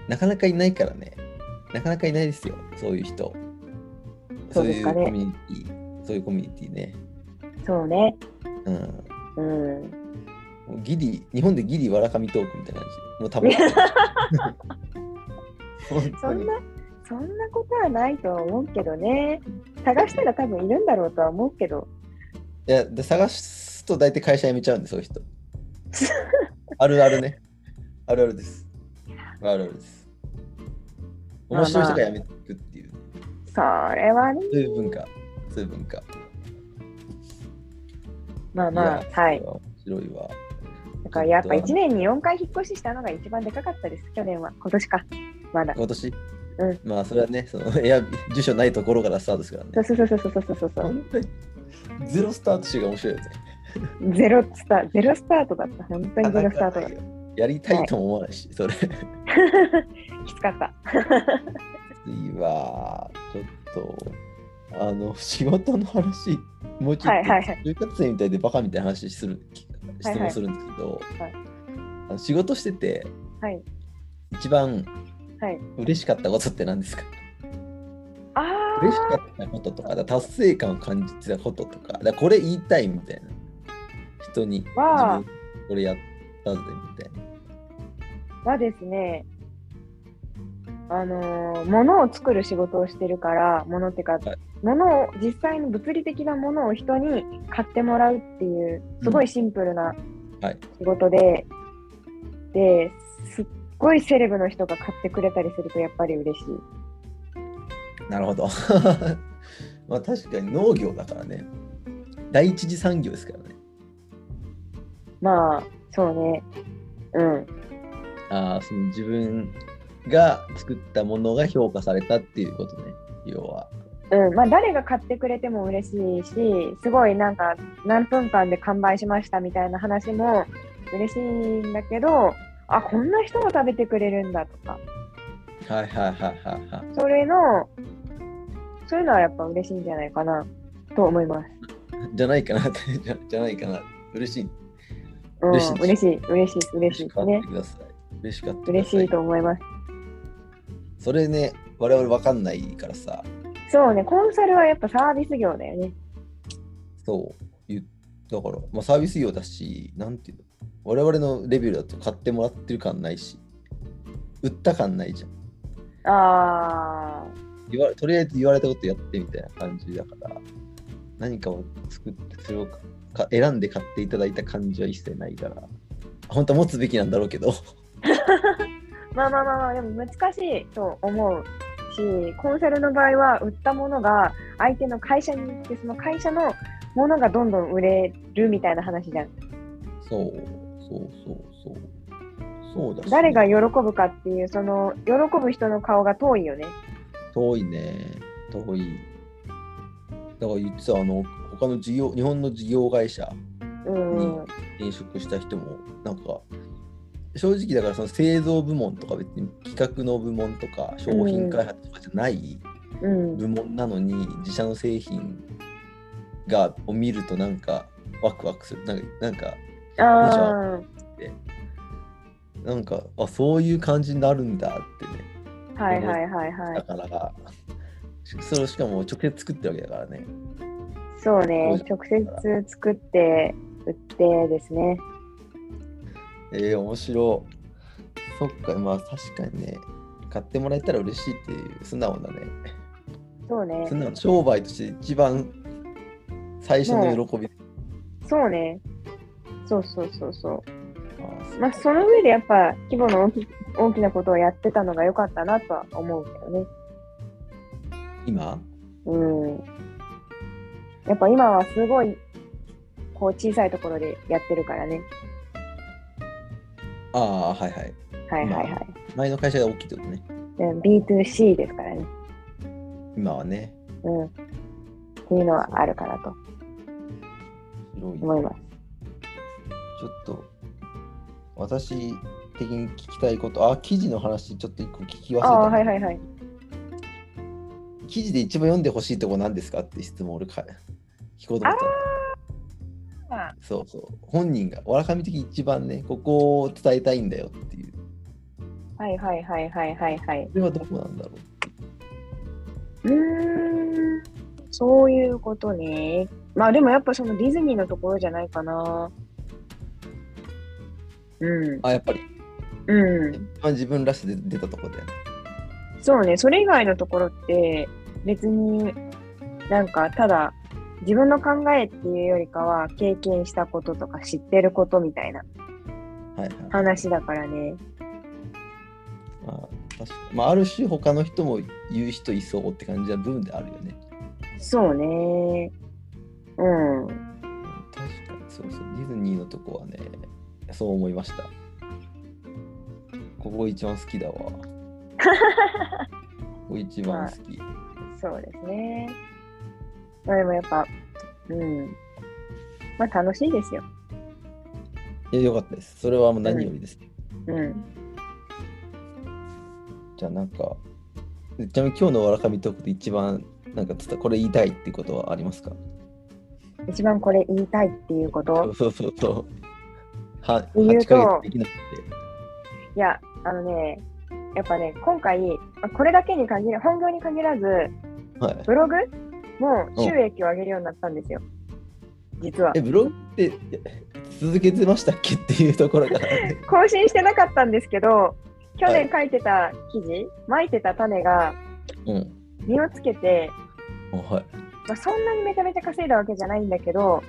[SPEAKER 1] なかなかいないからね。なかなかいないですよ。そういう人。
[SPEAKER 2] そうですかね
[SPEAKER 1] そういうコミュニティ。そういうコミュニティね。
[SPEAKER 2] そうね。
[SPEAKER 1] うん。
[SPEAKER 2] う
[SPEAKER 1] も
[SPEAKER 2] ん。
[SPEAKER 1] うギリ、日本でギリわらかみトークみたいな感じ。もう多分。 本
[SPEAKER 2] そ
[SPEAKER 1] 当
[SPEAKER 2] ん
[SPEAKER 1] に
[SPEAKER 2] な、そんなことはないとは思うけどね。探したら多分いるんだろうとは思うけど。
[SPEAKER 1] いやで探すと大体会社辞めちゃうんで、そういう人。あるあるね。あるあるです。あるあるです。
[SPEAKER 2] まあ
[SPEAKER 1] 面
[SPEAKER 2] まあ
[SPEAKER 1] 白い人が辞めていくっていう、
[SPEAKER 2] それはね。
[SPEAKER 1] そういう文化。そういう文化。
[SPEAKER 2] まあまあ
[SPEAKER 1] いや、
[SPEAKER 2] はい。
[SPEAKER 1] 面白いわ。
[SPEAKER 2] だからやっぱ1年に4回引っ越ししたのが一番でかかったです、去年は。今年か。まだ。
[SPEAKER 1] 今年、
[SPEAKER 2] うん
[SPEAKER 1] まあそれはね、そのエア住所ないところからスタートですからね
[SPEAKER 2] そう。そうそうそうそうそうそう。
[SPEAKER 1] 本当にゼロスタート集が面白いよね。
[SPEAKER 2] ゼロスタゼロスタートだった。本当にゼロスタートだっ
[SPEAKER 1] やりたいとも思わないし、それ。
[SPEAKER 2] た。 きつかった。
[SPEAKER 1] 次は、ちょっと、あの、仕事の話、もうちょ
[SPEAKER 2] は
[SPEAKER 1] っ
[SPEAKER 2] い
[SPEAKER 1] と、
[SPEAKER 2] はいはい
[SPEAKER 1] 就活生みたいでバカみたいな話する、
[SPEAKER 2] はい
[SPEAKER 1] 質問するんですけど、
[SPEAKER 2] はい
[SPEAKER 1] あの仕事してて、
[SPEAKER 2] はい。
[SPEAKER 1] 一番
[SPEAKER 2] はい。
[SPEAKER 1] 嬉しかったことって何ですか
[SPEAKER 2] あ
[SPEAKER 1] 嬉しかったこととか、だ達成感を感じてたこととか、だこれ言いたいみたいな。人に、自
[SPEAKER 2] わあ
[SPEAKER 1] 分これやったぜみたいな。
[SPEAKER 2] あはですね、あのー物を作る仕事をしてるから、物ってか、
[SPEAKER 1] はい
[SPEAKER 2] 物を、実際の物理的なものを人に買ってもらうっていう、すごいシンプルな
[SPEAKER 1] はい
[SPEAKER 2] 仕事で、で、すっごいセレブの人が買ってくれたりするとやっぱり嬉しい。
[SPEAKER 1] なるほど。 まあ確かに農業だからね。第一次産業ですからね。
[SPEAKER 2] まあ、そうね。うん。
[SPEAKER 1] あーその自分が作ったものが評価されたっていうことね。要は。
[SPEAKER 2] うんまあ、誰が買ってくれても嬉しいしすごいなんか何分間で完売しましたみたいな話も嬉しいんだけどあこんな人も食べてくれるんだとか
[SPEAKER 1] はいはいはいはいはい。
[SPEAKER 2] それのそういうのはやっぱ嬉しいんじゃないかなと思います。
[SPEAKER 1] じゃない かなって。じゃじゃないかな。嬉しい。
[SPEAKER 2] うん、
[SPEAKER 1] 嬉しい
[SPEAKER 2] 嬉しい嬉しい嬉し
[SPEAKER 1] 嬉
[SPEAKER 2] い
[SPEAKER 1] し
[SPEAKER 2] で
[SPEAKER 1] か
[SPEAKER 2] す
[SPEAKER 1] った
[SPEAKER 2] ね
[SPEAKER 1] ください。嬉しかったくだ
[SPEAKER 2] 嬉し
[SPEAKER 1] さい。
[SPEAKER 2] いと思います。
[SPEAKER 1] それね、我々わかんないからさ。
[SPEAKER 2] そうねコンサルはやっぱサービス業だよね。
[SPEAKER 1] そう。言うだから、まあサービス業だし、なんていうの。我々のレベルだと買ってもらってる感ないし、売った感ないじゃん。
[SPEAKER 2] あ
[SPEAKER 1] 言わとりあえず言われたことやってみたいな感じだから何かを作ってそれをか選んで買っていただいた感じは一切ないから本当は持つべきなんだろうけど
[SPEAKER 2] ーまあまあまあまあでも難しいと思うしコンサルの場合は売ったものが相手の会社に行ってその会社のものがどんどん売れるみたいな話じゃん
[SPEAKER 1] そうそうそうそうそうだし
[SPEAKER 2] 誰が喜ぶかっていうその喜ぶ人の顔が遠いよね
[SPEAKER 1] 遠いね遠いだから言ってたあの他の事業日本の事業会社
[SPEAKER 2] うん、
[SPEAKER 1] う転職した人もなんか正直だからその製造部門とか別に企画の部門とか商品開発とかじゃない、
[SPEAKER 2] うん、
[SPEAKER 1] 部門なのに自社の製品がを見るとなんかワクワクするなんかなんか
[SPEAKER 2] あ
[SPEAKER 1] なんかあそういう感じになるんだってね、
[SPEAKER 2] あはいはいはいは
[SPEAKER 1] だか
[SPEAKER 2] い
[SPEAKER 1] らし それをしかも直接作ってるわけだからね
[SPEAKER 2] そうね直接作って売ってですね
[SPEAKER 1] えー、面白いそっかまあ確かにね買ってもらえたら嬉しいっていう素直なね
[SPEAKER 2] そうね
[SPEAKER 1] 素直な商売として一番最初の喜び、
[SPEAKER 2] そうねそうそうそうそう
[SPEAKER 1] あー
[SPEAKER 2] まあ、その上でやっぱ規模の大き大きなことをやってたのが良かったなとは思うけどね。
[SPEAKER 1] 今
[SPEAKER 2] うん。やっぱ今はすごい、こう小さいところでやってるからね。
[SPEAKER 1] ああ、はいはい。
[SPEAKER 2] はいはいはい。
[SPEAKER 1] 前の会社が大きいってことね。
[SPEAKER 2] うん、B2C ですからね。
[SPEAKER 1] 今はね、
[SPEAKER 2] うん。っていうのはあるかなと
[SPEAKER 1] 広い。
[SPEAKER 2] 思います。
[SPEAKER 1] ちょっと、私的に聞きたいこと、あ、記事の話、ちょっと一個聞き忘れ
[SPEAKER 2] あ
[SPEAKER 1] た。
[SPEAKER 2] あー、はいはいはい。
[SPEAKER 1] 記事で一番読んでほしいとこ何ですかって質問俺か聞こうと思った
[SPEAKER 2] あ
[SPEAKER 1] ら。そうそう。本人が、わらかみ的に一番ね、ここを伝えたいんだよっていう。
[SPEAKER 2] はいはいはいはいはいはい。
[SPEAKER 1] それはどこなんだろう。
[SPEAKER 2] うーん。そういうことね。まあでもやっぱそのディズニーのところじゃないかな。うん。
[SPEAKER 1] あ、やっぱり、
[SPEAKER 2] うん。
[SPEAKER 1] 一番自分らしさで出たとこだよね。
[SPEAKER 2] そうね。それ以外のところって別になんかただ自分の考えっていうよりかは経験したこととか知ってることみたいな
[SPEAKER 1] はいはい。
[SPEAKER 2] 話だからね。
[SPEAKER 1] まあ、確かにまあ、ある種他の人も言う人いそうって感じは部分であるよね。
[SPEAKER 2] そうね。うん。
[SPEAKER 1] うん確かにそうそう。ディズニーのとこはね、そう思いました。ここ一番好 きだわ。ここ一番好き。
[SPEAKER 2] そうですね。まあでもやっぱ、うん。まあ楽しいですよ。
[SPEAKER 1] いや、よかったです。それはもう何よりです。
[SPEAKER 2] うん。
[SPEAKER 1] じゃあ、なんか、ちなみに今日のわらかみトークで一番、なんかつた、これ言いたいってことはありますか
[SPEAKER 2] 一番これ言いたいっていうこ
[SPEAKER 1] そ
[SPEAKER 2] と
[SPEAKER 1] う。そうそうそう。は
[SPEAKER 2] 言うと
[SPEAKER 1] 8ヶ月できなくて。
[SPEAKER 2] いや、あのね、やっぱね、今回、まあこれだけに限ら本業に限らず、
[SPEAKER 1] はい、
[SPEAKER 2] ブログも収益を上げるようになったんですよ。実は
[SPEAKER 1] え、。ブログってえ続けてましたっけっていうところから、 ね。
[SPEAKER 2] 更新してなかったんですけど、去
[SPEAKER 1] は
[SPEAKER 2] 年
[SPEAKER 1] い
[SPEAKER 2] 書いてた記事、まいてた種が
[SPEAKER 1] うん。
[SPEAKER 2] 実をつけて、
[SPEAKER 1] あはい。
[SPEAKER 2] まあ、そんなにめちゃめちゃ稼いだわけじゃないんだけど、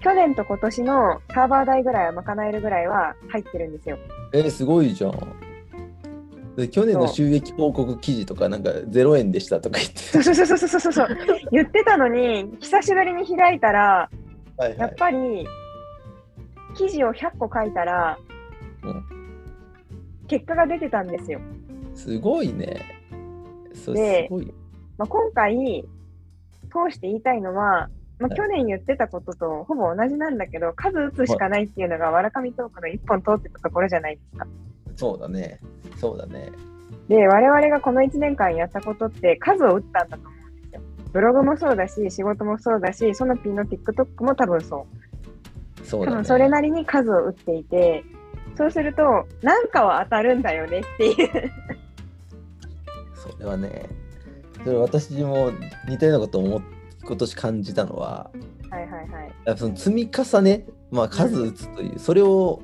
[SPEAKER 2] 去年と今年のサーバー代ぐらいは賄えるぐらいは入ってるんで すよ。
[SPEAKER 1] えーすごいじゃん。で去年の
[SPEAKER 2] そう
[SPEAKER 1] 収益報告記事とか、なんか0円でしたとか言って
[SPEAKER 2] そうそうそうそうそうそうそう。言ってたのに、久しぶりに開いたら、
[SPEAKER 1] た。はい
[SPEAKER 2] や
[SPEAKER 1] は
[SPEAKER 2] っ
[SPEAKER 1] い。
[SPEAKER 2] ぱり、記事を100個書いたら
[SPEAKER 1] うん、
[SPEAKER 2] 結果が出てたんですよ。
[SPEAKER 1] すごいね。そう、す
[SPEAKER 2] で
[SPEAKER 1] ごい。
[SPEAKER 2] まあ、今回、通して言いたいのは、まあ、去年言ってたこととほぼ同じなんだけど、数打つしかないっていうのが、わらかみトークの一本通ってたところじゃないですか。
[SPEAKER 1] そうだね。そうだね。
[SPEAKER 2] で、我々がこの1年間やったことって数を打ったんだと思うんですよ。ブログもそうだし、仕事もそうだし、そのピンの TikTok も多分そう。
[SPEAKER 1] そう
[SPEAKER 2] 多
[SPEAKER 1] だね。
[SPEAKER 2] 分それなりに数を打っていて、そうすると、なんかは当たるんだよねっていう。
[SPEAKER 1] それはね、それ私も似たようなことを思っ今年感じたのは、
[SPEAKER 2] はいはいはい。
[SPEAKER 1] やっぱその積み重ね、まあ、数打つという、それを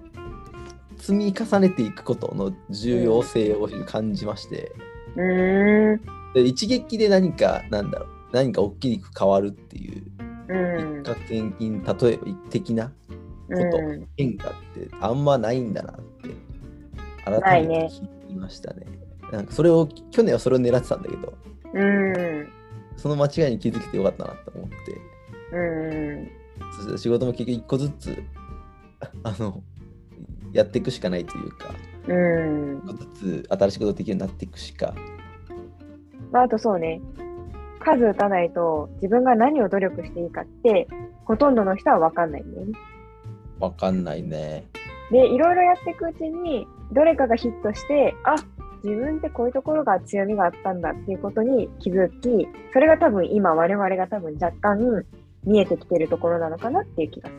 [SPEAKER 1] 積み重ねていくことの重要性を感じまして、
[SPEAKER 2] うーん。
[SPEAKER 1] で一撃で何か、なんだろう、何か大きく変わるっていう、
[SPEAKER 2] うん
[SPEAKER 1] 一。攫千金、例えば的なこと
[SPEAKER 2] うん、
[SPEAKER 1] 変化ってあんまないんだなって、
[SPEAKER 2] な
[SPEAKER 1] 改
[SPEAKER 2] い
[SPEAKER 1] め
[SPEAKER 2] ね
[SPEAKER 1] て聞きましたね。なんかそれを、去年はそれを狙ってたんだけど、
[SPEAKER 2] うん。
[SPEAKER 1] その間違いに気づけてよかったなと思って、
[SPEAKER 2] うん。
[SPEAKER 1] そして仕事も結局一個ずつ、 あの、やっていくしかないというか、
[SPEAKER 2] うん。
[SPEAKER 1] 一個ずつ新しいことできるようになっていくしか、
[SPEAKER 2] まあ、あとそうね、数打たないと自分が何を努力していいかって、ほとんどの人は分かんないんだよね。
[SPEAKER 1] わかんないね。
[SPEAKER 2] で、いろいろやっていくうちに、どれかがヒットして、あ自分ってこういうところが強みがあったんだっていうことに気づき、それが多分今我々が多分若干見えてきてるところなのかなっていう気がす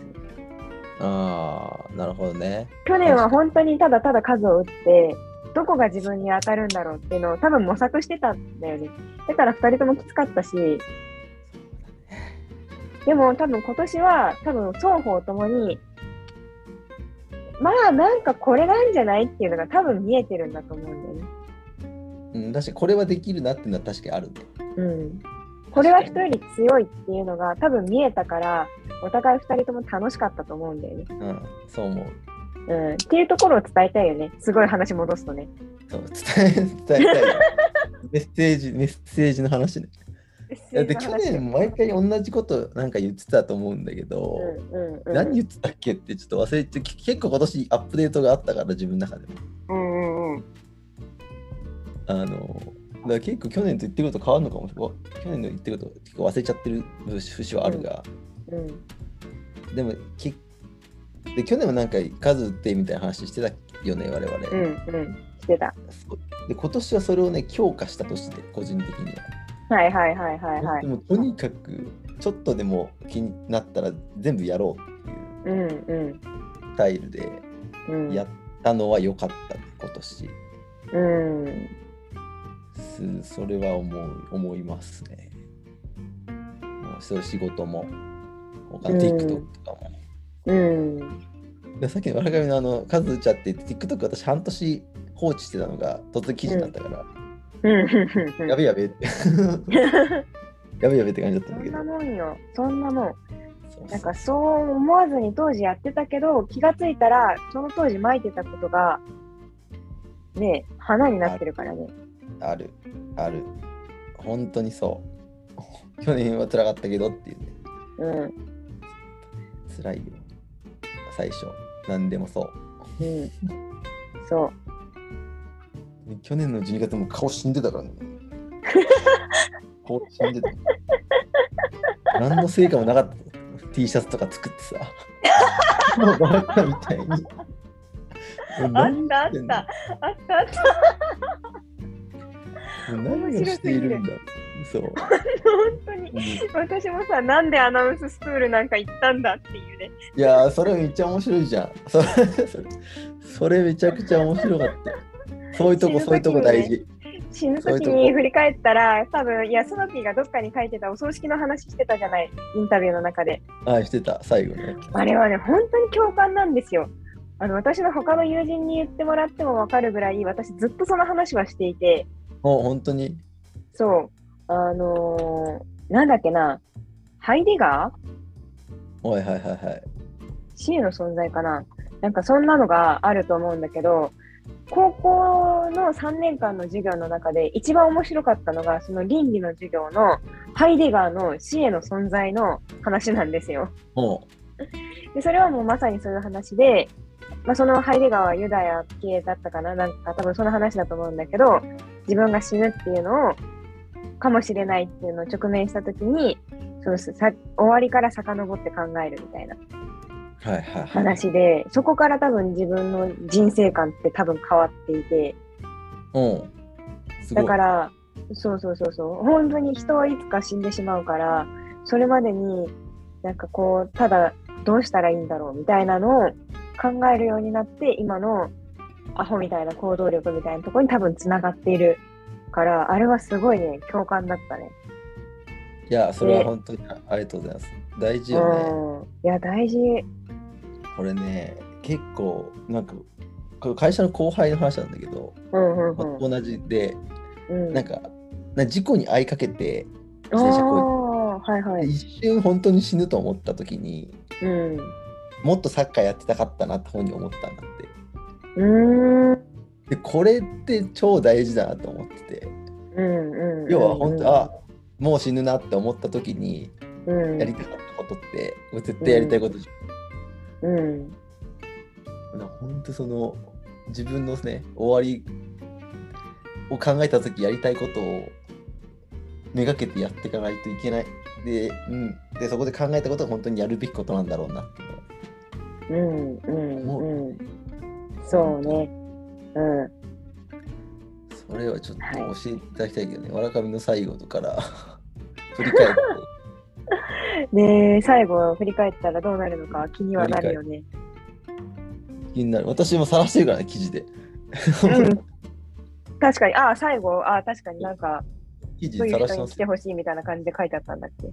[SPEAKER 2] る。
[SPEAKER 1] ああ、なるほどね。
[SPEAKER 2] 去年は本当にただただ数を打って、どこが自分に当たるんだろうっていうのを多分模索してたんだよね。だから2人ともきつかったし、でも多分今年は多分双方ともに、まあなんかこれなんじゃないっていうのが多分見えてるんだと思うんだよね。
[SPEAKER 1] うん、確かにこれはできるなっていうのは確かにあるね。
[SPEAKER 2] うん、これは人より強いっていうのが多分見えたからお互い2人とも楽しかったと思うんだよね、
[SPEAKER 1] うん、そう思う。
[SPEAKER 2] うん。っていうところを伝えたいよねすごい話戻すとね。
[SPEAKER 1] そう伝え、伝えたいわ。メッセージ、メッセージの話ね。
[SPEAKER 2] メッセ
[SPEAKER 1] やで去年毎回同じことなんか言ってたと思うんだけど、
[SPEAKER 2] うんうんうん、
[SPEAKER 1] 何言ってたっけってちょっと忘れてき結構今年アップデートがあったから自分の中でも
[SPEAKER 2] うんうんうん
[SPEAKER 1] あのだから結構去年と言ってること変わるのかもわ去年の言ってること結構忘れちゃってる節節はあるが、
[SPEAKER 2] うん
[SPEAKER 1] でもきで去年もなんか数打ってみたいな話してたよね我々、
[SPEAKER 2] うんうんしてた
[SPEAKER 1] そうで今年はそれをね強化した年で個人的には
[SPEAKER 2] はいはいはいはいは
[SPEAKER 1] で
[SPEAKER 2] い
[SPEAKER 1] もとにかくちょっとでも気になったら全部やろうっていう
[SPEAKER 2] うんうん
[SPEAKER 1] スタイルで
[SPEAKER 2] うん
[SPEAKER 1] やったのは良かったね今年
[SPEAKER 2] うん
[SPEAKER 1] すそれは思う思いますねもうそういう仕事も他の
[SPEAKER 2] うん
[SPEAKER 1] TikTok とかも、
[SPEAKER 2] うん
[SPEAKER 1] でさっきの村上のあの数打ちゃって言って TikTok 私半年放置してたのが突然記事になったから、
[SPEAKER 2] うん
[SPEAKER 1] やべやべって やべやべって感じだったんだ
[SPEAKER 2] そん
[SPEAKER 1] けど
[SPEAKER 2] なもんよそんなもん
[SPEAKER 1] そう
[SPEAKER 2] なんかそう思わずに当時やってたけど気がついたらその当時巻いてたことがねえ花になってるからね
[SPEAKER 1] あるある本当にそう去年は辛かったけどっていうね
[SPEAKER 2] うん
[SPEAKER 1] 辛いよ最初何でもそう
[SPEAKER 2] うんそう
[SPEAKER 1] で去年の12月も顔死んでたから ね。顔死んでた。何の成果もなかった。T シャツとか作ってさ。もう笑ったみたいに。
[SPEAKER 2] あったあったあったあった
[SPEAKER 1] もう何をしているんだ。そう。
[SPEAKER 2] 本当に私もさなんでアナウンススクールなんか行ったんだっていうね
[SPEAKER 1] いやー、それめっちゃ面白いじゃん。それ、それそれめちゃくちゃ面白かった。そういうとこ、そういうとこ大事。
[SPEAKER 2] 死ぬ
[SPEAKER 1] そういう
[SPEAKER 2] 時
[SPEAKER 1] とこ
[SPEAKER 2] に振り返ったら多分いやスノピーがどっかに書いてたお葬式の話してたじゃないインタビューの中で
[SPEAKER 1] はい、してた、最後ね。
[SPEAKER 2] あれはね、本当に共感なんですよ。あの私の他の友人に言ってもらっても分かるぐらい、私ずっとその話はしていて、
[SPEAKER 1] もう本当に。
[SPEAKER 2] そう、あのーなんだっけな、ハイディガー
[SPEAKER 1] はいはいはいはい。
[SPEAKER 2] ?C の存在かななんかそんなのがあると思うんだけど、高校の3年間の授業の中で一番面白かったのが、その倫理の授業のハイディガーの C への存在の話なんですよ。
[SPEAKER 1] もう。
[SPEAKER 2] でそれはもうまさにそういう話で、まあ、そのハイデガーはユダヤ系だったかななんか多分その話だと思うんだけど自分が死ぬっていうのをかもしれないっていうのを直面した時にそのさ終わりから遡って考えるみたいな
[SPEAKER 1] はいはいはい。
[SPEAKER 2] 話でそこから多分自分の人生観って多分変わっていて
[SPEAKER 1] うん。すご
[SPEAKER 2] だ
[SPEAKER 1] い。
[SPEAKER 2] からそうそうそうそう本当に人はいつか死んでしまうからそれまでになんかこうただどうしたらいいんだろうみたいなのを考えるようになって今のアホみたいな行動力みたいなところに多分つながっているからあれはすごいね共感だったね。
[SPEAKER 1] いや、それは本当にあありがとうございます。大事よね。
[SPEAKER 2] うん、いや大事。
[SPEAKER 1] これね、結構、なんか、これ会社の後輩の話なんだけど、
[SPEAKER 2] うんうん
[SPEAKER 1] まあ同じで、
[SPEAKER 2] うん。
[SPEAKER 1] なんか、な事故に遭いかけて、
[SPEAKER 2] あー
[SPEAKER 1] 自転車こ
[SPEAKER 2] はいはい。
[SPEAKER 1] 一瞬本当に死ぬと思った時に、
[SPEAKER 2] うん。
[SPEAKER 1] もっとサッカーやってたかったなって本に思ったんだって。
[SPEAKER 2] うーん。
[SPEAKER 1] で、これって超大事だなと思ってて、
[SPEAKER 2] うんうんうん。
[SPEAKER 1] 要は本当、あもう死ぬなって思った時に、
[SPEAKER 2] うん
[SPEAKER 1] やりたかったことって、もう絶対やりたいことじゃん
[SPEAKER 2] うん。
[SPEAKER 1] な本当その自分のね終わりを考えた時やりたいことをめがけてやっていかないといけないで,、うん、でそこで考えたことは本当にやるべきことなんだろうなっていうのは
[SPEAKER 2] うんうんうん。そうね。うん。
[SPEAKER 1] それはちょっと教えていただきたいけどね、わらかみの最後とから 振り返って
[SPEAKER 2] で、最後振り返ったらどうなるのか気にはなる よね。
[SPEAKER 1] 気になる私も晒してるからね記事で
[SPEAKER 2] うん。確かに、ああ、最後、ああ、確かになんか、
[SPEAKER 1] 記事
[SPEAKER 2] そう
[SPEAKER 1] 晒
[SPEAKER 2] いう
[SPEAKER 1] し
[SPEAKER 2] 人
[SPEAKER 1] てま
[SPEAKER 2] に来
[SPEAKER 1] す
[SPEAKER 2] てほしいみたいな感じで書いてあったんだっけ。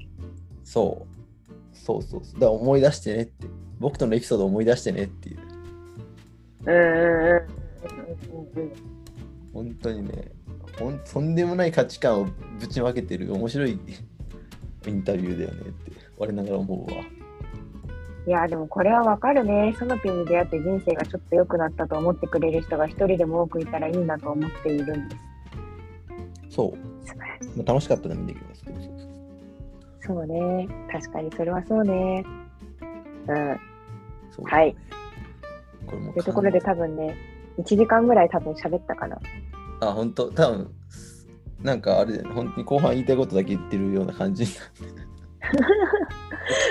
[SPEAKER 1] そうそうそうそうだから思い出してねって僕とのエピソードを思い出してねっていう
[SPEAKER 2] うんう
[SPEAKER 1] 本当にねほんとんでもない価値観をぶちまけてる面白い インタビューだよねって我ながら思うわ
[SPEAKER 2] ん。いや、でもこれはわかるね。そのピンに出会って人生がちょっと良くなったと思ってくれる人が一人でも多くいたらいいなと思っているんで
[SPEAKER 1] そう、
[SPEAKER 2] す。素晴らしい。
[SPEAKER 1] まあ、楽しかったのもいいんだけどそうそうそう
[SPEAKER 2] そうね。確かにそれはそうね。うん。
[SPEAKER 1] そう
[SPEAKER 2] はい。
[SPEAKER 1] これもう
[SPEAKER 2] というところで多分ね、1時間ぐらい多分喋ったかな。
[SPEAKER 1] あ、本当多分なんかあれだよね、本当に後半言いたいことだけ言ってるような感じになっ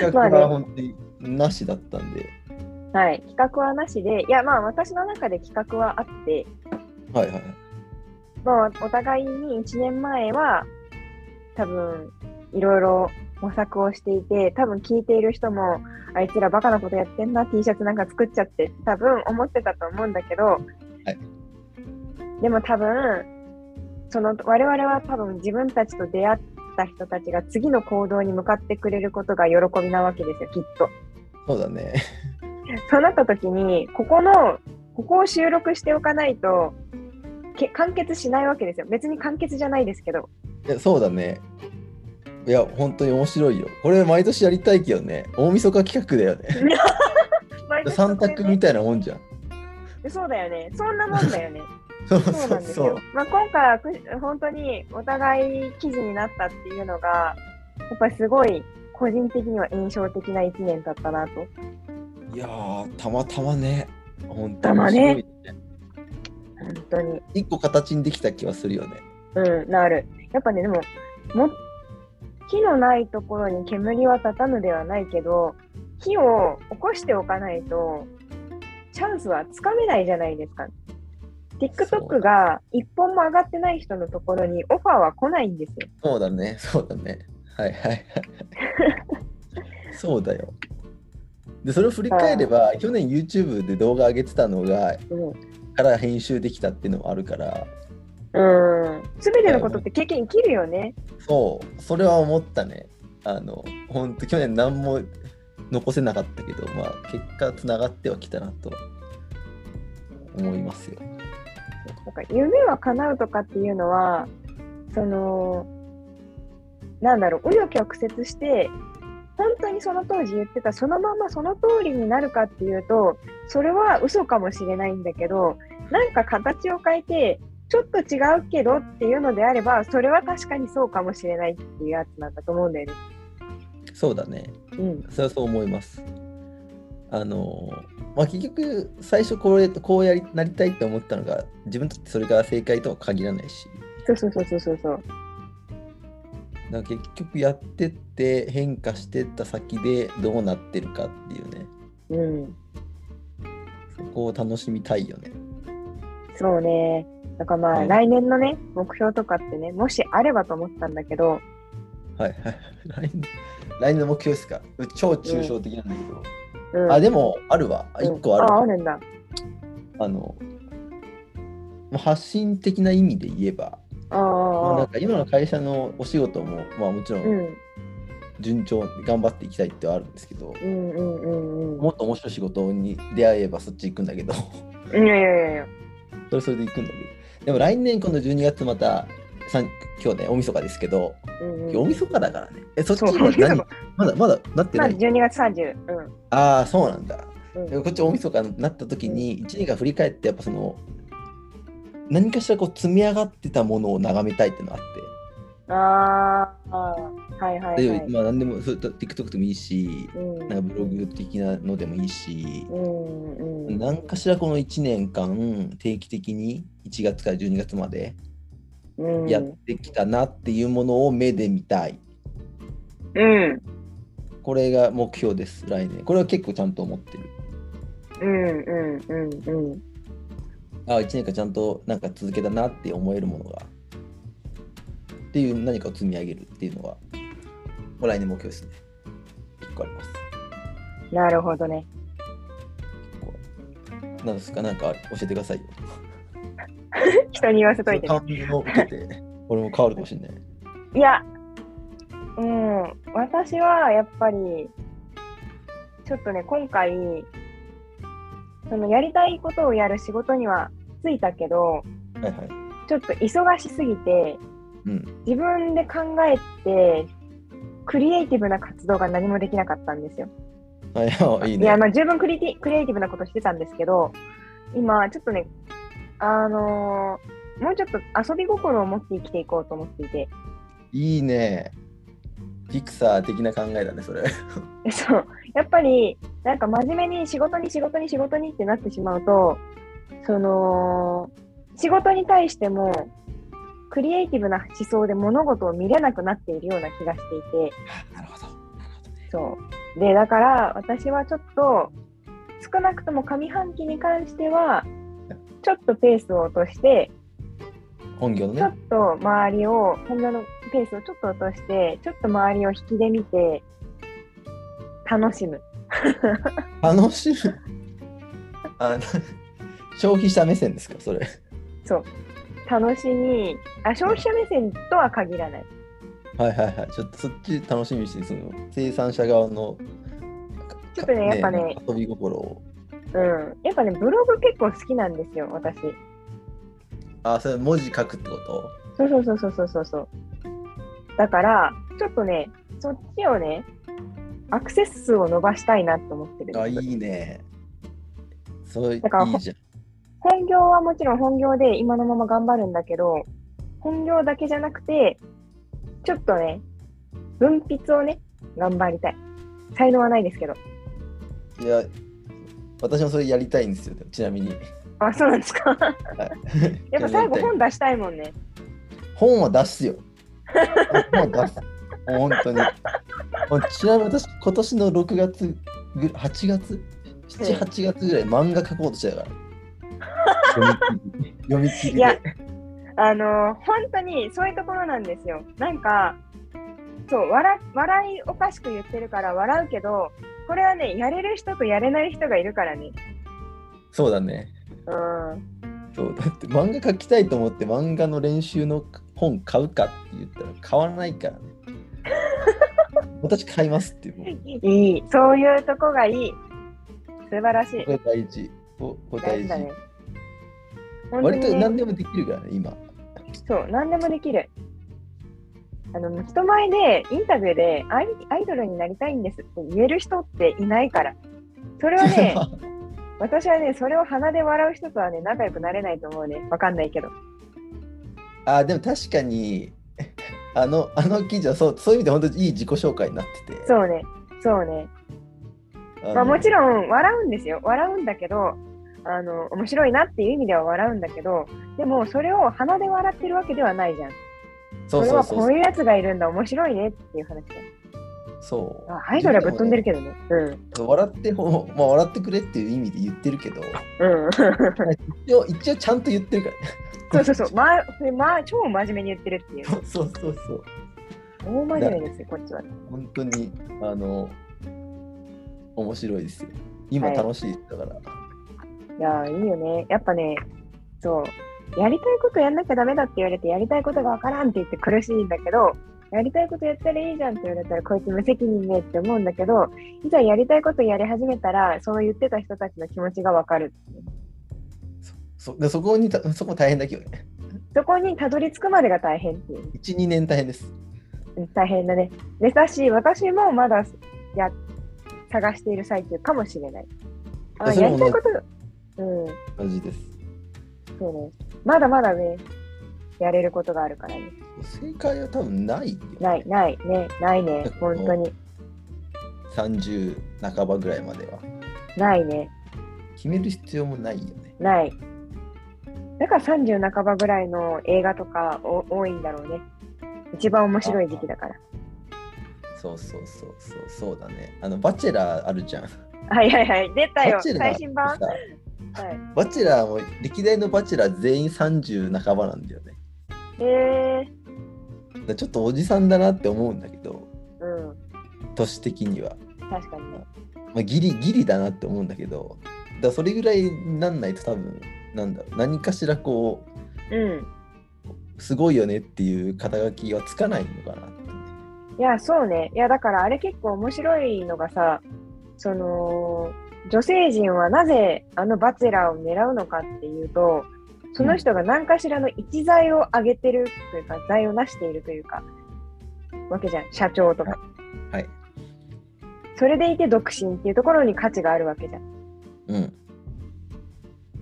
[SPEAKER 1] て企
[SPEAKER 2] まあ
[SPEAKER 1] 画
[SPEAKER 2] ね
[SPEAKER 1] が本当になしだったんで、
[SPEAKER 2] はい。企画はなしで、いや、まあ私の中で企画はあって、
[SPEAKER 1] はいはい。
[SPEAKER 2] まあお互いに1年前は、多分、いろいろ模索をしていて、多分聞いている人も、あいつらバカなことやってんな、T シャツなんか作っちゃって、多分思ってたと思うんだけど、
[SPEAKER 1] はい
[SPEAKER 2] でも多分、その、我々は多分自分たちと出会った人たちが次の行動に向かってくれることが喜びなわけですよ、きっと。
[SPEAKER 1] そうだね。
[SPEAKER 2] そうなった時にここのここを収録しておかないとけ完結しないわけですよ別に完結じゃないですけど
[SPEAKER 1] いや、そうだね。いや、本当に面白いよ。これ毎年やりたいけどね、大晦日企画だよね。三択みたいなもんじゃん。
[SPEAKER 2] そうだよねそんなもんだよね
[SPEAKER 1] そう
[SPEAKER 2] そうなんですよ。まあ、今回はく本当にお互い記事になったっていうのがやっぱりすごい個人的には印象的な1年だったなと
[SPEAKER 1] いやー、たまたまね。本当
[SPEAKER 2] た
[SPEAKER 1] に
[SPEAKER 2] ま
[SPEAKER 1] 面
[SPEAKER 2] ね
[SPEAKER 1] 白いね。
[SPEAKER 2] 本当に
[SPEAKER 1] 一個形にできた気はするよね。
[SPEAKER 2] うんなるやっぱねでもも火のないところに煙は立たぬではないけど火を起こしておかないとチャンスはつかめないじゃないですか。
[SPEAKER 1] そう
[SPEAKER 2] TikTok が一本も上がってない人のところにオファーは来ないんですよ。
[SPEAKER 1] そうだね、そうだね。はいはい はい。そうだよ。で、それを振り返れば、去年 YouTube で動画上げてたのが、
[SPEAKER 2] うん
[SPEAKER 1] から編集できたっていうのもあるから、
[SPEAKER 2] うん。すべてのことって経験生きるよね。
[SPEAKER 1] そう、それは思ったね。あの、ほんと去年何も残せなかったけど、まあ、結果つながってはきたなと思いますよ。
[SPEAKER 2] なんか夢は叶うとかっていうのは、その、なんだろう、紆余曲折して、本当にその当時言ってたそのままその通りになるかっていうと、それは嘘かもしれないんだけど、なんか形を変えて、ちょっと違うけどっていうのであれば、それは確かにそうかもしれないっていうやつなんだと思うんだよね。
[SPEAKER 1] そうだね。
[SPEAKER 2] うん。
[SPEAKER 1] それはそう思います。あのまあ、結局最初これこうやりなりたいって思ったのが自分にとってそれが正解とは限らないし
[SPEAKER 2] そうそうそうそうそうそう。
[SPEAKER 1] だから結局やってって変化してった先でどうなってるかっていうね
[SPEAKER 2] うん。
[SPEAKER 1] そこを楽しみたいよね。
[SPEAKER 2] そうね。だからまあ、
[SPEAKER 1] うん
[SPEAKER 2] 来年のね、目標とかってね、もしあればと思ったんだけど、
[SPEAKER 1] はい はい。来年来年の目標ですか超抽象的なんだけど。
[SPEAKER 2] うん、
[SPEAKER 1] あでもあるわ。
[SPEAKER 2] うん
[SPEAKER 1] 1個あるわ
[SPEAKER 2] あ、あるんだ。
[SPEAKER 1] あのまあ発信的な意味で言えば、
[SPEAKER 2] あ
[SPEAKER 1] まあ、な
[SPEAKER 2] ああ
[SPEAKER 1] ん
[SPEAKER 2] あ、
[SPEAKER 1] か今の会社のお仕事も、まあ、もちろん
[SPEAKER 2] うん、
[SPEAKER 1] 順調に頑張っていきたいってはあるんですけど、
[SPEAKER 2] うん、うん、うん、う
[SPEAKER 1] もっと面白い仕事に出会えばそっち行くんだけど そ
[SPEAKER 2] ん。いやいやいやいや。
[SPEAKER 1] れはそれで行くんだけどでも来年今度12月またさん今日ね大晦日ですけど、
[SPEAKER 2] うんうん
[SPEAKER 1] 大晦日だからねえそっち
[SPEAKER 2] そう、
[SPEAKER 1] は何
[SPEAKER 2] 大晦日
[SPEAKER 1] まだまだなって
[SPEAKER 2] ま
[SPEAKER 1] な
[SPEAKER 2] あ、
[SPEAKER 1] い、
[SPEAKER 2] 12月30。うん
[SPEAKER 1] ああそうなんだ
[SPEAKER 2] うん
[SPEAKER 1] でもこっち大晦日になった時に1年が振り返ってやっぱその何かしらこう積み上がってたものを眺めたいっていうのがあって。
[SPEAKER 2] あーあー、はいはい
[SPEAKER 1] で
[SPEAKER 2] はい。
[SPEAKER 1] まあ何でもそれと TikTok でもいいし
[SPEAKER 2] うん、
[SPEAKER 1] なんかブログ的なのでもいいし、
[SPEAKER 2] うん、うん。
[SPEAKER 1] 何かしらこの1年間定期的に1月から12月まで
[SPEAKER 2] うん、
[SPEAKER 1] やってきたなっていうものを目で見たい
[SPEAKER 2] うん、
[SPEAKER 1] これが目標です来年これは結構ちゃんと思ってる
[SPEAKER 2] うん、うん、うん、うん。
[SPEAKER 1] あ1年間ちゃんとなんか続けたなって思えるものがっていう何かを積み上げるっていうのはこれ来年目標ですね結構あります
[SPEAKER 2] なるほどね。
[SPEAKER 1] 何ですかなんか教えてくださいよ
[SPEAKER 2] 人に言わせといてね。
[SPEAKER 1] 感動を受けて 俺も変わるかもしれない
[SPEAKER 2] いや、うん、私はやっぱり、ちょっとね、今回、そのやりたいことをやる仕事にはついたけ
[SPEAKER 1] は
[SPEAKER 2] ど、
[SPEAKER 1] いはい
[SPEAKER 2] ちょっと忙しすぎて、
[SPEAKER 1] うん
[SPEAKER 2] 自分で考えて、クリエイティブな活動が何もできなかったんですよ。
[SPEAKER 1] あいやいい
[SPEAKER 2] い
[SPEAKER 1] ね
[SPEAKER 2] や、まあ、十分クリティクリエイティブなことしてたんですけど、今、ちょっとね、あのーもうちょっと遊び心を持って生きていこうと思っていて、
[SPEAKER 1] いいね。ピクサー的な考えだね、それ。
[SPEAKER 2] そう。やっぱり、なんか真面目に仕事に仕事に仕事にってなってしまうと、その、仕事に対しても、クリエイティブな思想で物事を見れなくなっているような気がしていて、
[SPEAKER 1] なるほど。なるほどね。
[SPEAKER 2] そう。で、だから私はちょっと、少なくとも上半期に関しては、ちょっとペースを落として、
[SPEAKER 1] 本業の
[SPEAKER 2] ちょ
[SPEAKER 1] ね
[SPEAKER 2] っ。と周りを、本業のペースをちょっと落として、ちょっと周りを引きで見て、楽しむ。
[SPEAKER 1] 楽しむ。あな消費者目線ですか、それ。
[SPEAKER 2] 楽しみあ、消費者目線とは限らない。
[SPEAKER 1] はいはいはい。ちょっとそっち楽しみにして、その生産者側の。
[SPEAKER 2] ちょっとねやっぱね
[SPEAKER 1] なんか遊び心を。
[SPEAKER 2] うん。やっぱね、ブログ結構好きなんですよ、私。
[SPEAKER 1] あ、それ文字書くってこと
[SPEAKER 2] そうそうそうそうそうそう。だから、ちょっとね、そっちをね、アクセス数を伸ばしたいなと思ってるんです。
[SPEAKER 1] あ、いいね。そういい
[SPEAKER 2] だから
[SPEAKER 1] じゃん。
[SPEAKER 2] 本業はもちろん本業で今のまま頑張るんだけど、本業だけじゃなくて、ちょっとね、文筆をね、頑張りたい。才能はないですけど。
[SPEAKER 1] いや、私もそれやりたいんですよ、ちなみに。
[SPEAKER 2] あ、そうなんで すか。やっぱ最後本出したいもんね。
[SPEAKER 1] 本は出すよ。 本は出す。もう本当に。もうちなみに私、今年の6月ぐ、8月 ?7、
[SPEAKER 2] うん
[SPEAKER 1] 8月ぐらい漫画書こうとしてたか ら。読み切り。読み切り
[SPEAKER 2] いや
[SPEAKER 1] で。
[SPEAKER 2] あのー本当にそういうところなんですよ。なんか、そう、笑笑いおかしく言ってるから笑うけど、これはね、やれる人とやれない人がいるからね。
[SPEAKER 1] そうだね。
[SPEAKER 2] うん。
[SPEAKER 1] そうだって漫画書きたいと思って漫画の練習の本買うかって言ったら買わないからね。私買いますってもう。
[SPEAKER 2] いい。そういうとこがいい。素晴らしい
[SPEAKER 1] こ。れ大事。ここ
[SPEAKER 2] 大
[SPEAKER 1] 大
[SPEAKER 2] 事
[SPEAKER 1] 事。
[SPEAKER 2] だね。本当
[SPEAKER 1] 割
[SPEAKER 2] に、
[SPEAKER 1] と
[SPEAKER 2] ね、
[SPEAKER 1] 何でもできるからね、今。
[SPEAKER 2] そう、何でもできる。あの人前でインタビューでアイアイドルになりたいんですって言える人っていないから。それは ね、私はね、それを鼻で笑う人とはね、仲良くなれないと思うね。わかんないけど。
[SPEAKER 1] あでも確かに あのあの記事はそうそういう意味で本当にいい自己紹介になってて
[SPEAKER 2] そうね、そうね。まあもち
[SPEAKER 1] ん
[SPEAKER 2] ろん笑うんですよ。笑うんだけど、あの、面白いなっていう意味では笑うんだけど、でもそれを鼻で笑ってるわけではないじゃん。
[SPEAKER 1] そ
[SPEAKER 2] そうれ
[SPEAKER 1] そう
[SPEAKER 2] は
[SPEAKER 1] そ
[SPEAKER 2] こう
[SPEAKER 1] う
[SPEAKER 2] いうやつがいるんだ、面白いねっていう話だ。
[SPEAKER 1] そう
[SPEAKER 2] あアイドルはぶっ飛んでる
[SPEAKER 1] け
[SPEAKER 2] けどね。うん。
[SPEAKER 1] ど、笑ってほ、 まあ、笑ってくれっていう意味で言ってるけど
[SPEAKER 2] うん。
[SPEAKER 1] 一応一応ちゃんと言ってるか
[SPEAKER 2] そ
[SPEAKER 1] ら
[SPEAKER 2] うそうそう。まあ、まあ、超真面目に言ってるってい う。
[SPEAKER 1] そうそうそうそう
[SPEAKER 2] 大真面目ですよ、こっちは。
[SPEAKER 1] 本当にあの面白いですよ今
[SPEAKER 2] はい
[SPEAKER 1] 楽しいですだから、
[SPEAKER 2] いやー、いいよね。やっぱね、そう、やりたいことやんなきゃダメだって言われて、やりたいことがわからんって言って苦しいんだけど、やりたいことやったらいいじゃんって言われたら、こいつ無責任ねって思うんだけど、いざやりたいことやり始めたら、そう言ってた人たちの気持ちがわかる。
[SPEAKER 1] そでそこにたそこ大変だけどね
[SPEAKER 2] そこにたどり着くまでが大変っていう。
[SPEAKER 1] 12年大変です
[SPEAKER 2] うん大変だね。で、だし、私もまだや探している最中かもしれない。あ
[SPEAKER 1] そ
[SPEAKER 2] や
[SPEAKER 1] れも
[SPEAKER 2] りた
[SPEAKER 1] ね
[SPEAKER 2] いこと、うん、
[SPEAKER 1] マジです
[SPEAKER 2] そうね。まだまだね、やれることがあるからね。
[SPEAKER 1] 正解は多分ないよ
[SPEAKER 2] ない、ない、ね、ないね、本当に。
[SPEAKER 1] 30半ばぐらいまでは
[SPEAKER 2] ないね、
[SPEAKER 1] 決める必要もないよね
[SPEAKER 2] ない。だから30半ばぐらいの映画とかお多いんだろうね。一番面白い時期だから。
[SPEAKER 1] そうそうそうそうそうだね。あのバチェラーあるじゃん。
[SPEAKER 2] はいはいはい、出たよ、
[SPEAKER 1] バチェラー
[SPEAKER 2] 最新版。は
[SPEAKER 1] さ
[SPEAKER 2] い、
[SPEAKER 1] バチェラーも歴代のバチェラー全員30半ばなんだよね。
[SPEAKER 2] えー、
[SPEAKER 1] だからちょっとおじさんだなって思うんだけど、
[SPEAKER 2] う
[SPEAKER 1] 年的には。
[SPEAKER 2] ん、確かにね。
[SPEAKER 1] まあ、ギリギリだなって思うんだけど、だからそれぐらいになんないと多分、なんだろう、何かしらこ
[SPEAKER 2] う
[SPEAKER 1] う、すごいよねっていう肩書きはつかないのかなって。
[SPEAKER 2] ん。いや、そうね。いや、だからあれ結構面白いのがさ、その、女性陣はなぜあのバチェラーを狙うのかっていうと、その人が何かしらの一財を上げてるというか、財を成しているというか、わけじゃん、社長とか。
[SPEAKER 1] はい。
[SPEAKER 2] それでいて独身っていうところに価値があるわけじゃん。
[SPEAKER 1] うん。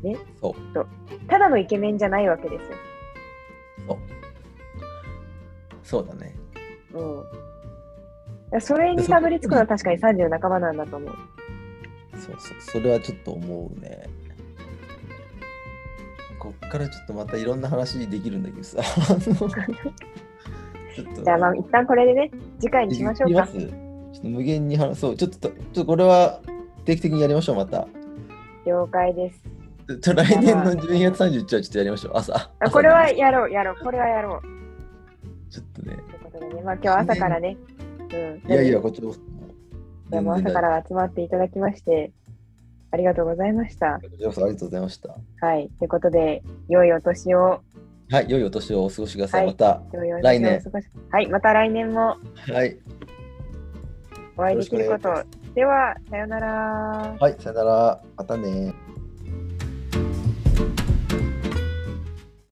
[SPEAKER 2] ね
[SPEAKER 1] そう。
[SPEAKER 2] ただのイケメンじゃないわけですよ。
[SPEAKER 1] そう。そうだね。
[SPEAKER 2] うん。やそれにたどり着くのは確かに30半ばなんだと思う。
[SPEAKER 1] そうそう、それはちょっと思うね。こっからちょっとまたいろんな話できるんだけどさ。 あのちょっと
[SPEAKER 2] じゃあまあ一旦これでね、次回にしましょう
[SPEAKER 1] いま
[SPEAKER 2] か
[SPEAKER 1] す。ちょっと無限に話そう。ちょっと、ちょっとこれは定期的にやりましょう、また。
[SPEAKER 2] 了解です。
[SPEAKER 1] ちょっと来年の12月31日はちょっとやりましょう、朝。
[SPEAKER 2] あこれは
[SPEAKER 1] 朝ね
[SPEAKER 2] やろう、やろう、これはやろう。
[SPEAKER 1] ちょっとね。
[SPEAKER 2] ということでね、まあ今日朝からね、うん、
[SPEAKER 1] いやいや、こっちも。
[SPEAKER 2] でも朝から集まっていただきまして、ありがとうございました。
[SPEAKER 1] 全然大丈夫。こちらこそありがとうございました。
[SPEAKER 2] はい、ということで、良いお年を、
[SPEAKER 1] はい、良いお年をお過ごしください。
[SPEAKER 2] はい
[SPEAKER 1] また、
[SPEAKER 2] 良いお
[SPEAKER 1] 来
[SPEAKER 2] 年を
[SPEAKER 1] 年
[SPEAKER 2] お過ごし。はい、また来年も
[SPEAKER 1] はい、
[SPEAKER 2] お会いできること
[SPEAKER 1] よろしくお願い
[SPEAKER 2] を。では、さようなら。
[SPEAKER 1] はい、さよなら、またね